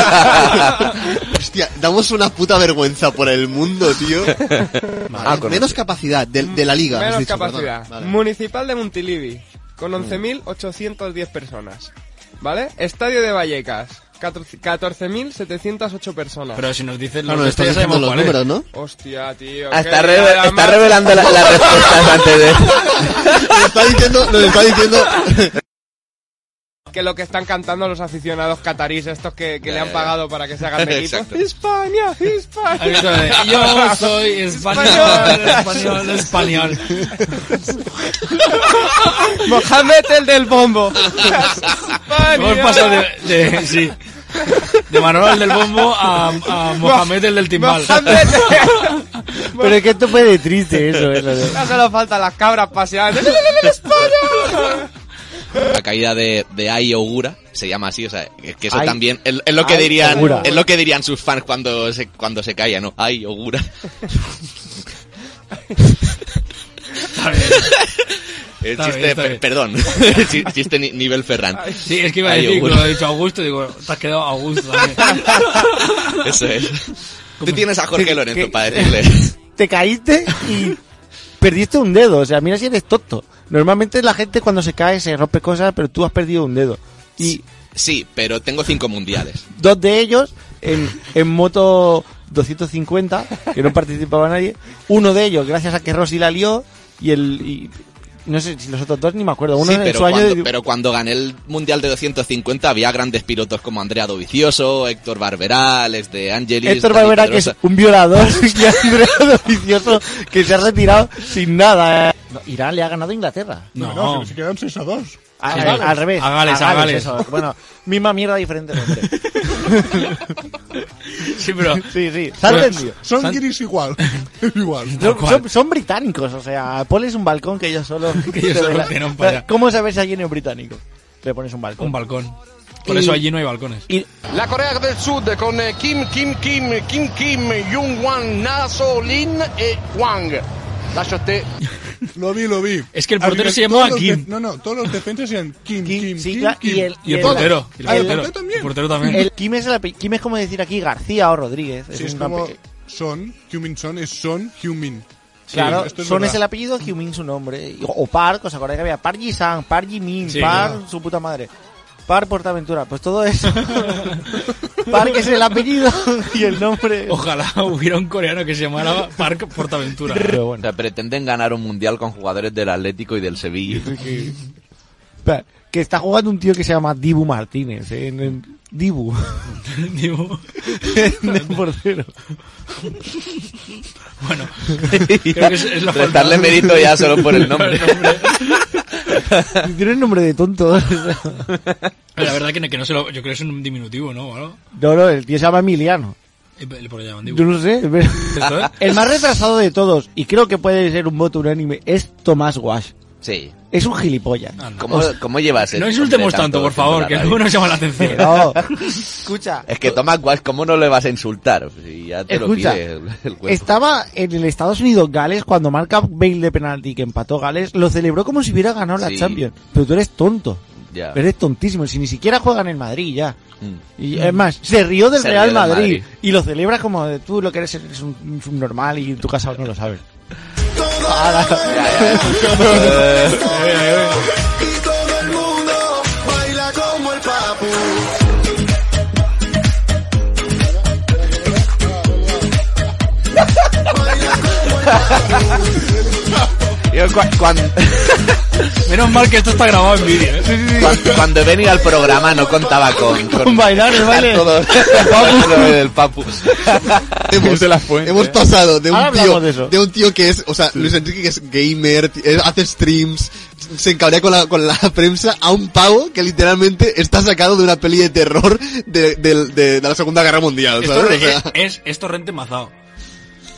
[SPEAKER 7] Hostia, damos una puta vergüenza por el mundo, tío.
[SPEAKER 8] Ah,
[SPEAKER 7] Vale,
[SPEAKER 23] correcto.
[SPEAKER 7] menos capacidad de, de la liga. has
[SPEAKER 23] Menos
[SPEAKER 7] dicho,
[SPEAKER 23] capacidad.
[SPEAKER 7] perdona. Vale.
[SPEAKER 23] Municipal de Montilivi, con 11.810 personas. ¿Vale? Estadio de Vallecas, 14- 14.708 personas.
[SPEAKER 8] Pero si nos dicen
[SPEAKER 7] Ah,
[SPEAKER 8] los,
[SPEAKER 7] no,
[SPEAKER 8] esto ya
[SPEAKER 7] estás diciendo
[SPEAKER 8] sabemos
[SPEAKER 7] los
[SPEAKER 8] cuál es.
[SPEAKER 7] números, ¿no?
[SPEAKER 23] Hostia, tío.
[SPEAKER 6] Ah,
[SPEAKER 23] qué hija
[SPEAKER 6] está, reve-
[SPEAKER 23] de la
[SPEAKER 6] está
[SPEAKER 23] mar-
[SPEAKER 6] revelando la- las respuestas antes de.
[SPEAKER 7] Nos está diciendo, nos está diciendo.
[SPEAKER 23] Que lo que están cantando los aficionados catarís, estos que, que le
[SPEAKER 6] Ya,
[SPEAKER 23] han
[SPEAKER 6] ya,
[SPEAKER 23] pagado para que se hagan de equipo.
[SPEAKER 6] Exacto.
[SPEAKER 23] España,
[SPEAKER 8] Ahí está
[SPEAKER 23] España.
[SPEAKER 8] de, Yo soy español, español, español.
[SPEAKER 23] Mohamed el del bombo.
[SPEAKER 8] Hemos pasado de, de, sí, de Manolo el del bombo a, a Mohamed el del timbal.
[SPEAKER 23] Mohamed.
[SPEAKER 4] Pero es que esto fue de triste, eso. eso de-
[SPEAKER 23] Ya solo faltan las cabras paseando. ¡En España!
[SPEAKER 6] La caída de, de Ai Ogura se llama así, o sea, es que eso
[SPEAKER 4] Ai-
[SPEAKER 6] también es, es lo que
[SPEAKER 4] Ai
[SPEAKER 6] dirían,
[SPEAKER 4] Ogura.
[SPEAKER 6] es lo que dirían sus fans cuando se cuando se calla, ¿no? Ai Ogura. El
[SPEAKER 8] Está
[SPEAKER 6] chiste,
[SPEAKER 8] bien, está
[SPEAKER 6] per-
[SPEAKER 8] bien.
[SPEAKER 6] perdón, El chi- chiste ni- nivel Ferran.
[SPEAKER 8] Sí, es que iba a
[SPEAKER 6] Ai
[SPEAKER 8] decir,
[SPEAKER 6] Ogura.
[SPEAKER 8] cuando lo ha dicho Augusto, digo, te has quedado Augusto también.
[SPEAKER 6] Eso es. Tú tienes a Jorge
[SPEAKER 4] ¿Qué-
[SPEAKER 6] Lorenzo
[SPEAKER 4] qué-
[SPEAKER 6] para decirle.
[SPEAKER 4] Te caíste y perdiste un dedo. O sea, mira si eres tonto. Normalmente la gente cuando se cae se rompe cosas, pero tú has perdido un dedo. Y
[SPEAKER 6] Sí, pero tengo cinco mundiales.
[SPEAKER 4] dos de ellos en, en moto 250, que no participaba nadie. Uno de ellos, gracias a que Rossi la lió, y el. y- no sé si los otros dos ni me acuerdo. Uno
[SPEAKER 6] Sí,
[SPEAKER 4] en
[SPEAKER 6] pero
[SPEAKER 4] su año
[SPEAKER 6] cuando,
[SPEAKER 4] de-
[SPEAKER 6] pero cuando gané el Mundial de 250 había grandes pilotos como Andrea Dovicioso, Héctor Barberá, Alex de Angelis...
[SPEAKER 4] Héctor
[SPEAKER 6] David
[SPEAKER 4] Barbera, que es
[SPEAKER 6] Pedrosa.
[SPEAKER 4] un violador y Andrea Dovicioso, que se ha retirado sin nada. eh. No, Irán le ha ganado a Inglaterra.
[SPEAKER 16] No, no, se, se quedan 6 a 2.
[SPEAKER 4] A- al, al revés.
[SPEAKER 16] A Gales, a Gales.
[SPEAKER 4] eso. Bueno, misma mierda, diferente nombre.
[SPEAKER 8] Sí, pero.
[SPEAKER 4] Sí, sí. ¿Se ha entendido?
[SPEAKER 16] Son
[SPEAKER 4] Se ha-
[SPEAKER 16] guiris igual. igual.
[SPEAKER 4] Son, son- son británicos, o sea, pones un balcón que ellos solo.
[SPEAKER 16] Que ellos solo tienen para allá.
[SPEAKER 4] ¿Cómo sabes si alguien es británico? Le pones un balcón.
[SPEAKER 8] Un balcón. Por eso allí no hay balcones.
[SPEAKER 4] Y
[SPEAKER 1] La Corea del Sud con eh, Kim Kim Kim Kim Kim Jung Wan Na So Lin e Wang. Lascio a te.
[SPEAKER 16] Lo vi, lo vi.
[SPEAKER 8] Es que el
[SPEAKER 16] Al
[SPEAKER 8] portero
[SPEAKER 16] final,
[SPEAKER 8] se llamaba
[SPEAKER 16] todos los
[SPEAKER 8] Kim.
[SPEAKER 16] de- No, no, todos los defensas eran Kim, Kim, Kim,
[SPEAKER 4] sí,
[SPEAKER 16] Kim,
[SPEAKER 4] claro, y el-
[SPEAKER 8] Y el
[SPEAKER 16] Todos.
[SPEAKER 8] portero, y el
[SPEAKER 16] Ah,
[SPEAKER 8] portero.
[SPEAKER 16] también.
[SPEAKER 8] El portero también.
[SPEAKER 4] El Kim es, el ape- Kim es como decir aquí García o Rodríguez.
[SPEAKER 16] Sí, es
[SPEAKER 4] un
[SPEAKER 16] como
[SPEAKER 4] ape-
[SPEAKER 16] Son, Hyun-min Son, es Son, Hyun-min.
[SPEAKER 4] Claro,
[SPEAKER 16] esto
[SPEAKER 4] Son es
[SPEAKER 16] verdad.
[SPEAKER 4] el apellido, Hyumin su nombre. Y- O Park, ¿os acordáis que había? Park Ji-sang, Park Ji-min,
[SPEAKER 16] Sí,
[SPEAKER 4] Park
[SPEAKER 16] claro.
[SPEAKER 4] su puta madre. Park Portaventura, pues todo eso. Park es el apellido y el nombre.
[SPEAKER 8] Ojalá hubiera un coreano que se llamara Park Portaventura.
[SPEAKER 6] O sea, pretenden ganar un Mundial con jugadores del Atlético y del Sevilla.
[SPEAKER 4] Espera, Que está jugando un tío que se llama Dibu Martínez. ¿eh? En el- Dibu.
[SPEAKER 8] Dibu.
[SPEAKER 4] En el portero.
[SPEAKER 8] Bueno, creo que es, es lo
[SPEAKER 6] Pero darle
[SPEAKER 8] faltado.
[SPEAKER 6] mérito ya solo por el nombre.
[SPEAKER 4] Tiene un nombre de tonto.
[SPEAKER 8] La verdad que no, que no se lo... Yo creo que es un diminutivo, ¿no? ¿O algo?
[SPEAKER 4] No, no, el tío se llama Emiliano.
[SPEAKER 8] Eh, Por allá,
[SPEAKER 4] Yo no sé. pero-
[SPEAKER 8] ¿Esto, eh?
[SPEAKER 4] El más retrasado de todos, y creo que puede ser un voto unánime, es Tomás Wash.
[SPEAKER 6] Sí.
[SPEAKER 4] Es un gilipollas.
[SPEAKER 6] ¿Cómo, cómo llevas
[SPEAKER 8] No
[SPEAKER 6] el
[SPEAKER 8] insultemos
[SPEAKER 6] hombre
[SPEAKER 8] tanto, por
[SPEAKER 6] haciendo
[SPEAKER 8] favor,
[SPEAKER 6] la
[SPEAKER 8] que
[SPEAKER 6] radio?
[SPEAKER 8] luego nos llama la atención.
[SPEAKER 4] No. Escucha,
[SPEAKER 6] Es que Tomás Guas, ¿cómo no le vas a insultar? Si ya te
[SPEAKER 4] Escucha,
[SPEAKER 6] lo pide el, el cuerpo.
[SPEAKER 4] estaba en el Estados Unidos Gales cuando marca Bale de penalti que empató Gales, lo celebró como si hubiera ganado la
[SPEAKER 6] Sí.
[SPEAKER 4] Champions. Pero tú eres tonto.
[SPEAKER 6] Ya.
[SPEAKER 4] Eres tontísimo, si ni siquiera juegan en Madrid ya.
[SPEAKER 6] Mm.
[SPEAKER 4] Y es más, se rió del
[SPEAKER 6] Se
[SPEAKER 4] Real
[SPEAKER 6] rió del
[SPEAKER 4] Madrid,
[SPEAKER 6] Madrid.
[SPEAKER 4] y lo celebra como de, tú lo que eres eres un, un subnormal y en tu casa no lo sabes.
[SPEAKER 13] Baila como el papu.
[SPEAKER 6] Yo cua- cuan-
[SPEAKER 8] Menos mal que esto está grabado en vídeo. ¿eh?
[SPEAKER 6] cuan- cuando, venía al programa no contaba con... Con,
[SPEAKER 4] bailar el baile.
[SPEAKER 6] todo- lo del papu.
[SPEAKER 7] hemos, hemos pasado de
[SPEAKER 4] Ahora
[SPEAKER 7] un
[SPEAKER 4] hablamos
[SPEAKER 7] tío
[SPEAKER 4] de eso.
[SPEAKER 7] de, un tío que es, o sea, Luis Enrique que es gamer, t- eh, hace streams, se encabrea con la, con la prensa a un pavo que literalmente está sacado de una peli de terror de, del- de- de la Segunda Guerra Mundial,
[SPEAKER 8] Esto
[SPEAKER 7] ¿sabes? O
[SPEAKER 8] es,
[SPEAKER 7] sea,
[SPEAKER 8] es, es Torrente Mazao.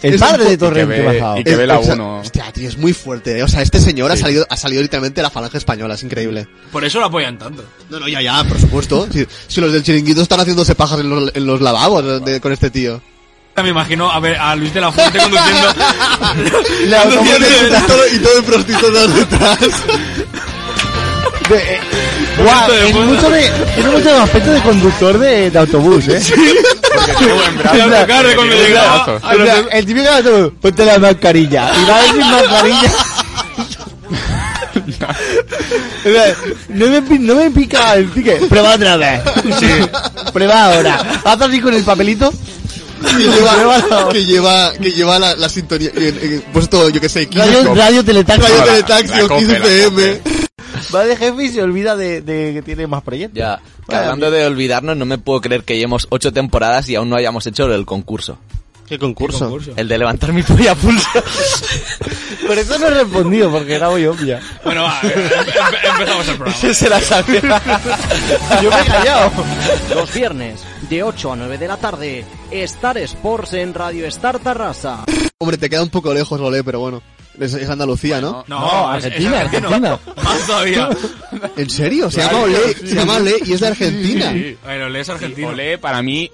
[SPEAKER 4] El
[SPEAKER 7] es
[SPEAKER 4] padre
[SPEAKER 7] un-
[SPEAKER 4] de Torrente Bajao.
[SPEAKER 7] Es- o sea, Hostia, tío, es muy fuerte, eh. O sea, este señor ha salido, ha salido literalmente de la falange española, es increíble.
[SPEAKER 8] Por eso lo apoyan tanto.
[SPEAKER 7] No, no, ya, ya, por supuesto. Si, si los del chiringuito están haciéndose pajas en los, en los lavabos de- con este tío.
[SPEAKER 8] Me imagino a, ver, a Luis de la Fuente conduciendo.
[SPEAKER 4] La
[SPEAKER 7] Tiene
[SPEAKER 4] automoción-
[SPEAKER 7] y todo- y todo el prostitutas detrás.
[SPEAKER 4] de- eh, guau,
[SPEAKER 13] de
[SPEAKER 4] en
[SPEAKER 13] moda.
[SPEAKER 4] mucho de- tiene mucho de aspecto de conductor de, de autobús, ¿eh?
[SPEAKER 13] Te hablo, Carre, cuando
[SPEAKER 4] En
[SPEAKER 13] llegaba.
[SPEAKER 4] plan, en plan, El típico de autobús, ponte la mascarilla. Y va sin mascarilla. En plan, No me, pi- no me pica el ticket. Prueba otra vez. Prueba ahora. Haz así con el papelito.
[SPEAKER 7] que lleva, que lleva, que lleva la, la sintonía, en- en- pues todo, yo que sé, 15,
[SPEAKER 4] Radio, radio teletaxi.
[SPEAKER 7] Radio Teletaxi
[SPEAKER 6] la
[SPEAKER 7] o
[SPEAKER 6] coge,
[SPEAKER 7] 15
[SPEAKER 6] la
[SPEAKER 7] FM.
[SPEAKER 4] Va de jefe y se olvida de, de que tiene más proyectos.
[SPEAKER 6] Ya. Que hablando de olvidarnos, no me puedo creer que llevemos ocho temporadas y aún no hayamos hecho el concurso.
[SPEAKER 7] ¿Qué concurso?
[SPEAKER 6] El de levantar mi polla a pulso.
[SPEAKER 4] Por eso no he respondido, porque era muy obvia.
[SPEAKER 8] Bueno, va, em- em- empezamos el programa.
[SPEAKER 6] Se la sabía.
[SPEAKER 4] Yo me he callado.
[SPEAKER 25] Los viernes, de 8 a 9 de la tarde, Star Sports en Radio Star Tarrasa.
[SPEAKER 7] Hombre, te queda un poco lejos, Lole, pero bueno. Es, es Andalucía, ¿no?
[SPEAKER 8] No, es- es
[SPEAKER 4] Argentina,
[SPEAKER 8] argentino.
[SPEAKER 4] Argentina.
[SPEAKER 8] Más todavía.
[SPEAKER 7] ¿En serio? Se
[SPEAKER 8] Claro.
[SPEAKER 7] llama Olé, se llama Olé y es de Argentina.
[SPEAKER 8] Bueno, lees
[SPEAKER 3] Y
[SPEAKER 8] argentino.
[SPEAKER 3] Olé, para mí,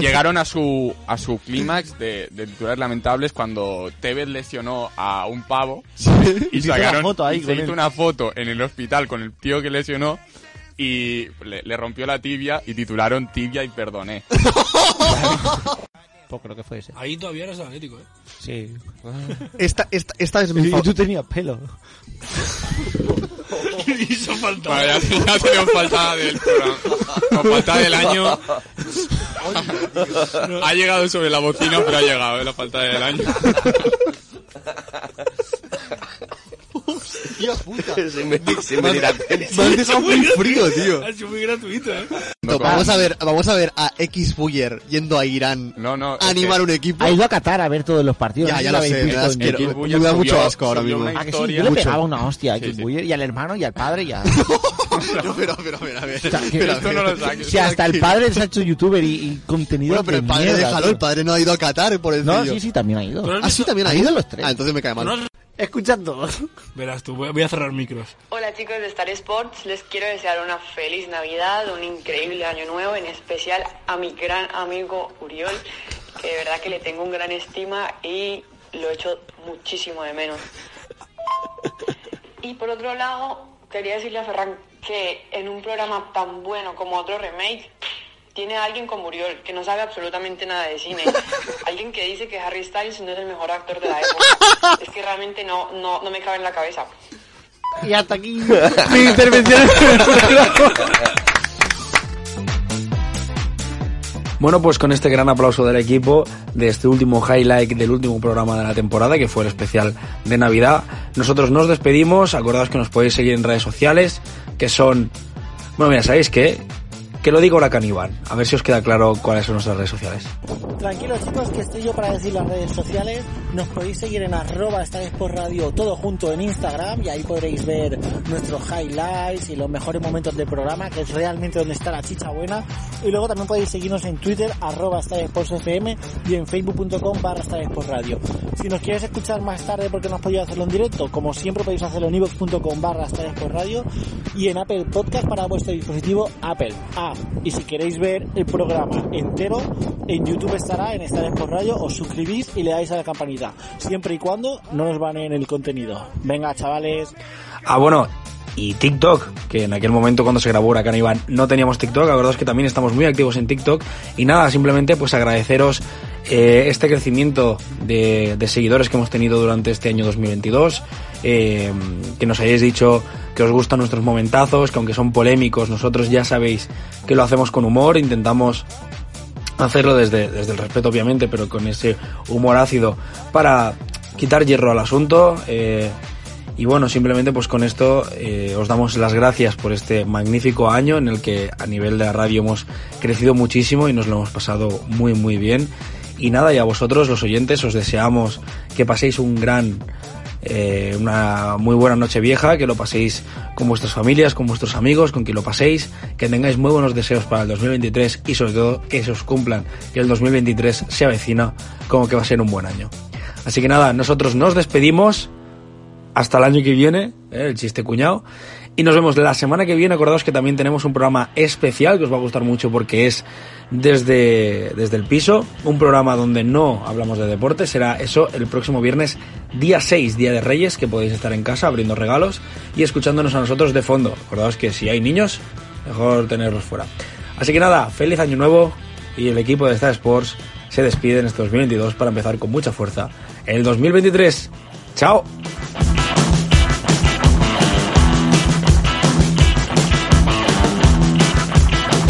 [SPEAKER 3] llegaron a su, a su clímax de, de titulares lamentables cuando Tevez lesionó a un pavo y
[SPEAKER 4] hizo la
[SPEAKER 3] sacaron
[SPEAKER 4] foto ahí
[SPEAKER 3] y
[SPEAKER 4] con
[SPEAKER 3] se hizo
[SPEAKER 4] él.
[SPEAKER 3] una foto en el hospital con el tío que lesionó y le, le rompió la tibia y titularon tibia y perdoné.
[SPEAKER 4] Pues creo que fue ese.
[SPEAKER 8] Ahí todavía eres atlético, ¿eh?
[SPEAKER 4] Sí.
[SPEAKER 7] Esta, esta, esta es mi
[SPEAKER 4] Y tú
[SPEAKER 7] favorita.
[SPEAKER 4] tenías pelo.
[SPEAKER 8] Hizo falta.
[SPEAKER 3] Vale, ya, ya tenemos faltada del programa. Con faltada del año. Ha llegado sobre la bocina, pero ha llegado, eh, la faltada del año.
[SPEAKER 7] Tío puta.
[SPEAKER 26] Se me, se me
[SPEAKER 7] Me
[SPEAKER 26] dirá-
[SPEAKER 7] han dejado muy frío, tío.
[SPEAKER 8] Ha sido muy gratuito, ¿eh?
[SPEAKER 7] No, vamos a ver, vamos a ver a X Buller yendo a Irán a animar un equipo.
[SPEAKER 4] Ha ido a Qatar a ver todos los partidos.
[SPEAKER 7] Ya,
[SPEAKER 4] no sé
[SPEAKER 7] ya
[SPEAKER 4] si
[SPEAKER 7] lo
[SPEAKER 4] habéis
[SPEAKER 7] sé, me
[SPEAKER 4] visto
[SPEAKER 7] da
[SPEAKER 4] en
[SPEAKER 7] asquero.
[SPEAKER 4] YouTube.
[SPEAKER 7] Me da mucho asco ahora mismo.
[SPEAKER 4] ¿A Ah, que sí? Yo le
[SPEAKER 7] Mucho.
[SPEAKER 4] pegaba una hostia a Keith Buller y al hermano y al padre y a...
[SPEAKER 7] No, pero, pero, pero, a ver.
[SPEAKER 4] O sea, que-
[SPEAKER 7] pero, a ver.
[SPEAKER 4] Si hasta el padre se ha hecho youtuber y, y contenido
[SPEAKER 7] Bueno, pero el
[SPEAKER 4] de
[SPEAKER 7] padre,
[SPEAKER 4] mierda,
[SPEAKER 7] déjalo,
[SPEAKER 4] tío.
[SPEAKER 7] el padre no ha ido a Qatar, por el
[SPEAKER 4] No, sí, sí, también ha ido.
[SPEAKER 7] Ah, sí, también ha ido.
[SPEAKER 4] los tres.
[SPEAKER 7] Ah, entonces me cae mal.
[SPEAKER 27] Escuchando.
[SPEAKER 8] Verás tú, voy voy a cerrar micros.
[SPEAKER 2] Hola chicos de Star Sports, les quiero desear una feliz Navidad, un increíble año nuevo, en especial a mi gran amigo Uriol, que de verdad que le tengo un gran estima y lo echo muchísimo de menos. Y por otro lado, quería decirle a Ferran que en un programa tan bueno como otro remake, tiene a alguien como Uriol, que no sabe absolutamente nada de cine. Alguien que dice que Harry Styles no es el mejor actor de la época. Es que realmente no, no, no me cabe en la cabeza.
[SPEAKER 4] Y hasta aquí
[SPEAKER 27] mi intervención en el programa.
[SPEAKER 5] Bueno, pues con este gran aplauso del equipo, de este último highlight del último programa de la temporada, que fue el especial de Navidad, nosotros nos despedimos. Acordaos que nos podéis seguir en redes sociales, que son. Bueno, mira, ¿sabéis qué? Que lo digo la caníbal. A ver si os queda claro cuáles son nuestras redes sociales.
[SPEAKER 4] Tranquilos chicos que estoy yo para decir las redes sociales. Nos podéis seguir en arroba Star Sport Radio todo junto en Instagram y ahí podréis ver nuestros highlights y los mejores momentos del programa, que es realmente donde está la chicha buena. Y luego también podéis seguirnos en Twitter, arroba Star Sports FM y en facebook.com barra Star Sport Radio. Si nos quieres escuchar más tarde porque no has podido hacerlo en directo, como siempre podéis hacerlo en ivox.com barra Star Sport Radio y en Apple Podcast para vuestro dispositivo Apple. Ah, y si queréis ver el programa entero, en YouTube estará en Star Sport Radio, os suscribís y le dais a la campanita, siempre y cuando no nos baneen el contenido. Venga, chavales.
[SPEAKER 5] Ah, bueno, y TikTok, que en aquel momento cuando se grabó Huracán Iván no teníamos TikTok, acordaos que también estamos muy activos en TikTok. Y nada, simplemente pues agradeceros eh, este crecimiento de, de seguidores que hemos tenido durante este año 2022, eh, que nos hayáis dicho que os gustan nuestros momentazos, que aunque son polémicos, nosotros ya sabéis que lo hacemos con humor, intentamos hacerlo desde, desde el respeto, obviamente, pero con ese humor ácido para quitar hierro al asunto. eh, y bueno, simplemente pues con esto eh, os damos las gracias por este magnífico año en el que a nivel de la radio hemos crecido muchísimo y nos lo hemos pasado muy muy bien. Y nada, y a vosotros los oyentes os deseamos que paséis un gran, eh, una muy buena noche vieja, que lo paséis con vuestras familias, con vuestros amigos, con quien lo paséis, que tengáis muy buenos deseos para el 2023 y sobre todo que se os cumplan, que el 2023 se avecina como que va a ser un buen año. Así que nada, nosotros nos despedimos hasta el año que viene, ¿eh? el chiste cuñado. Y nos vemos la semana que viene. Acordaos que también tenemos un programa especial que os va a gustar mucho porque es desde, desde el piso. Un programa donde no hablamos de deporte. Será eso el próximo viernes, día 6, Día de Reyes, que podéis estar en casa abriendo regalos y escuchándonos a nosotros de fondo. Acordaos que si hay niños, mejor tenerlos fuera. Así que nada, feliz año nuevo y el equipo de Star Sports se despide en este 2022 para empezar con mucha fuerza el 2023. ¡Chao!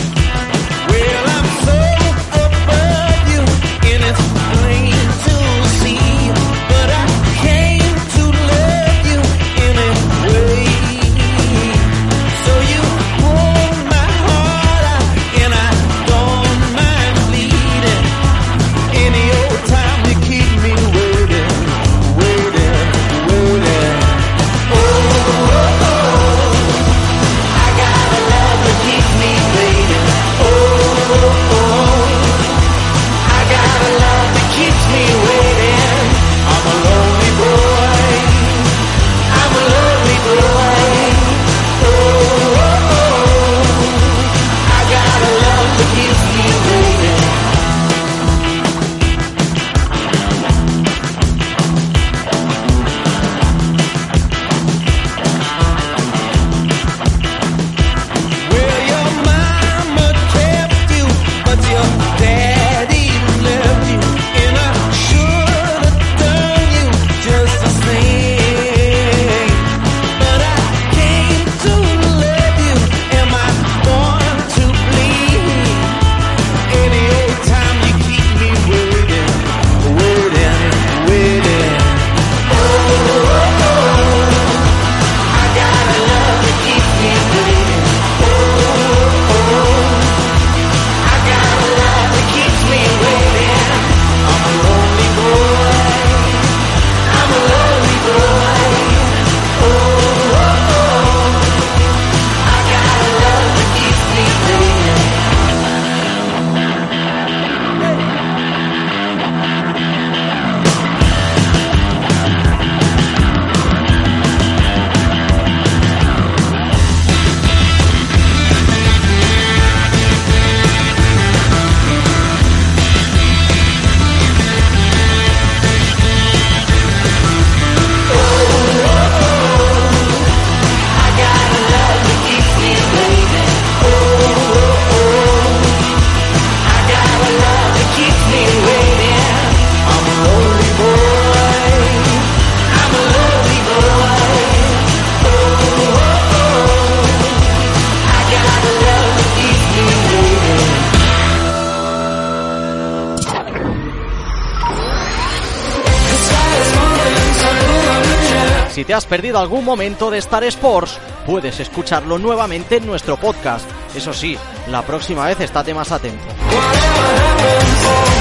[SPEAKER 13] Well, I'm so above you, and it's plain to see. But I came to love you anyway. So you hold my heart out, and I don't mind bleeding. Any old time you keep me waiting, waiting, waiting.
[SPEAKER 1] Si te has perdido algún momento de Star Sports, puedes escucharlo nuevamente en nuestro podcast. Eso sí, la próxima vez estate más atento.
[SPEAKER 28] happens.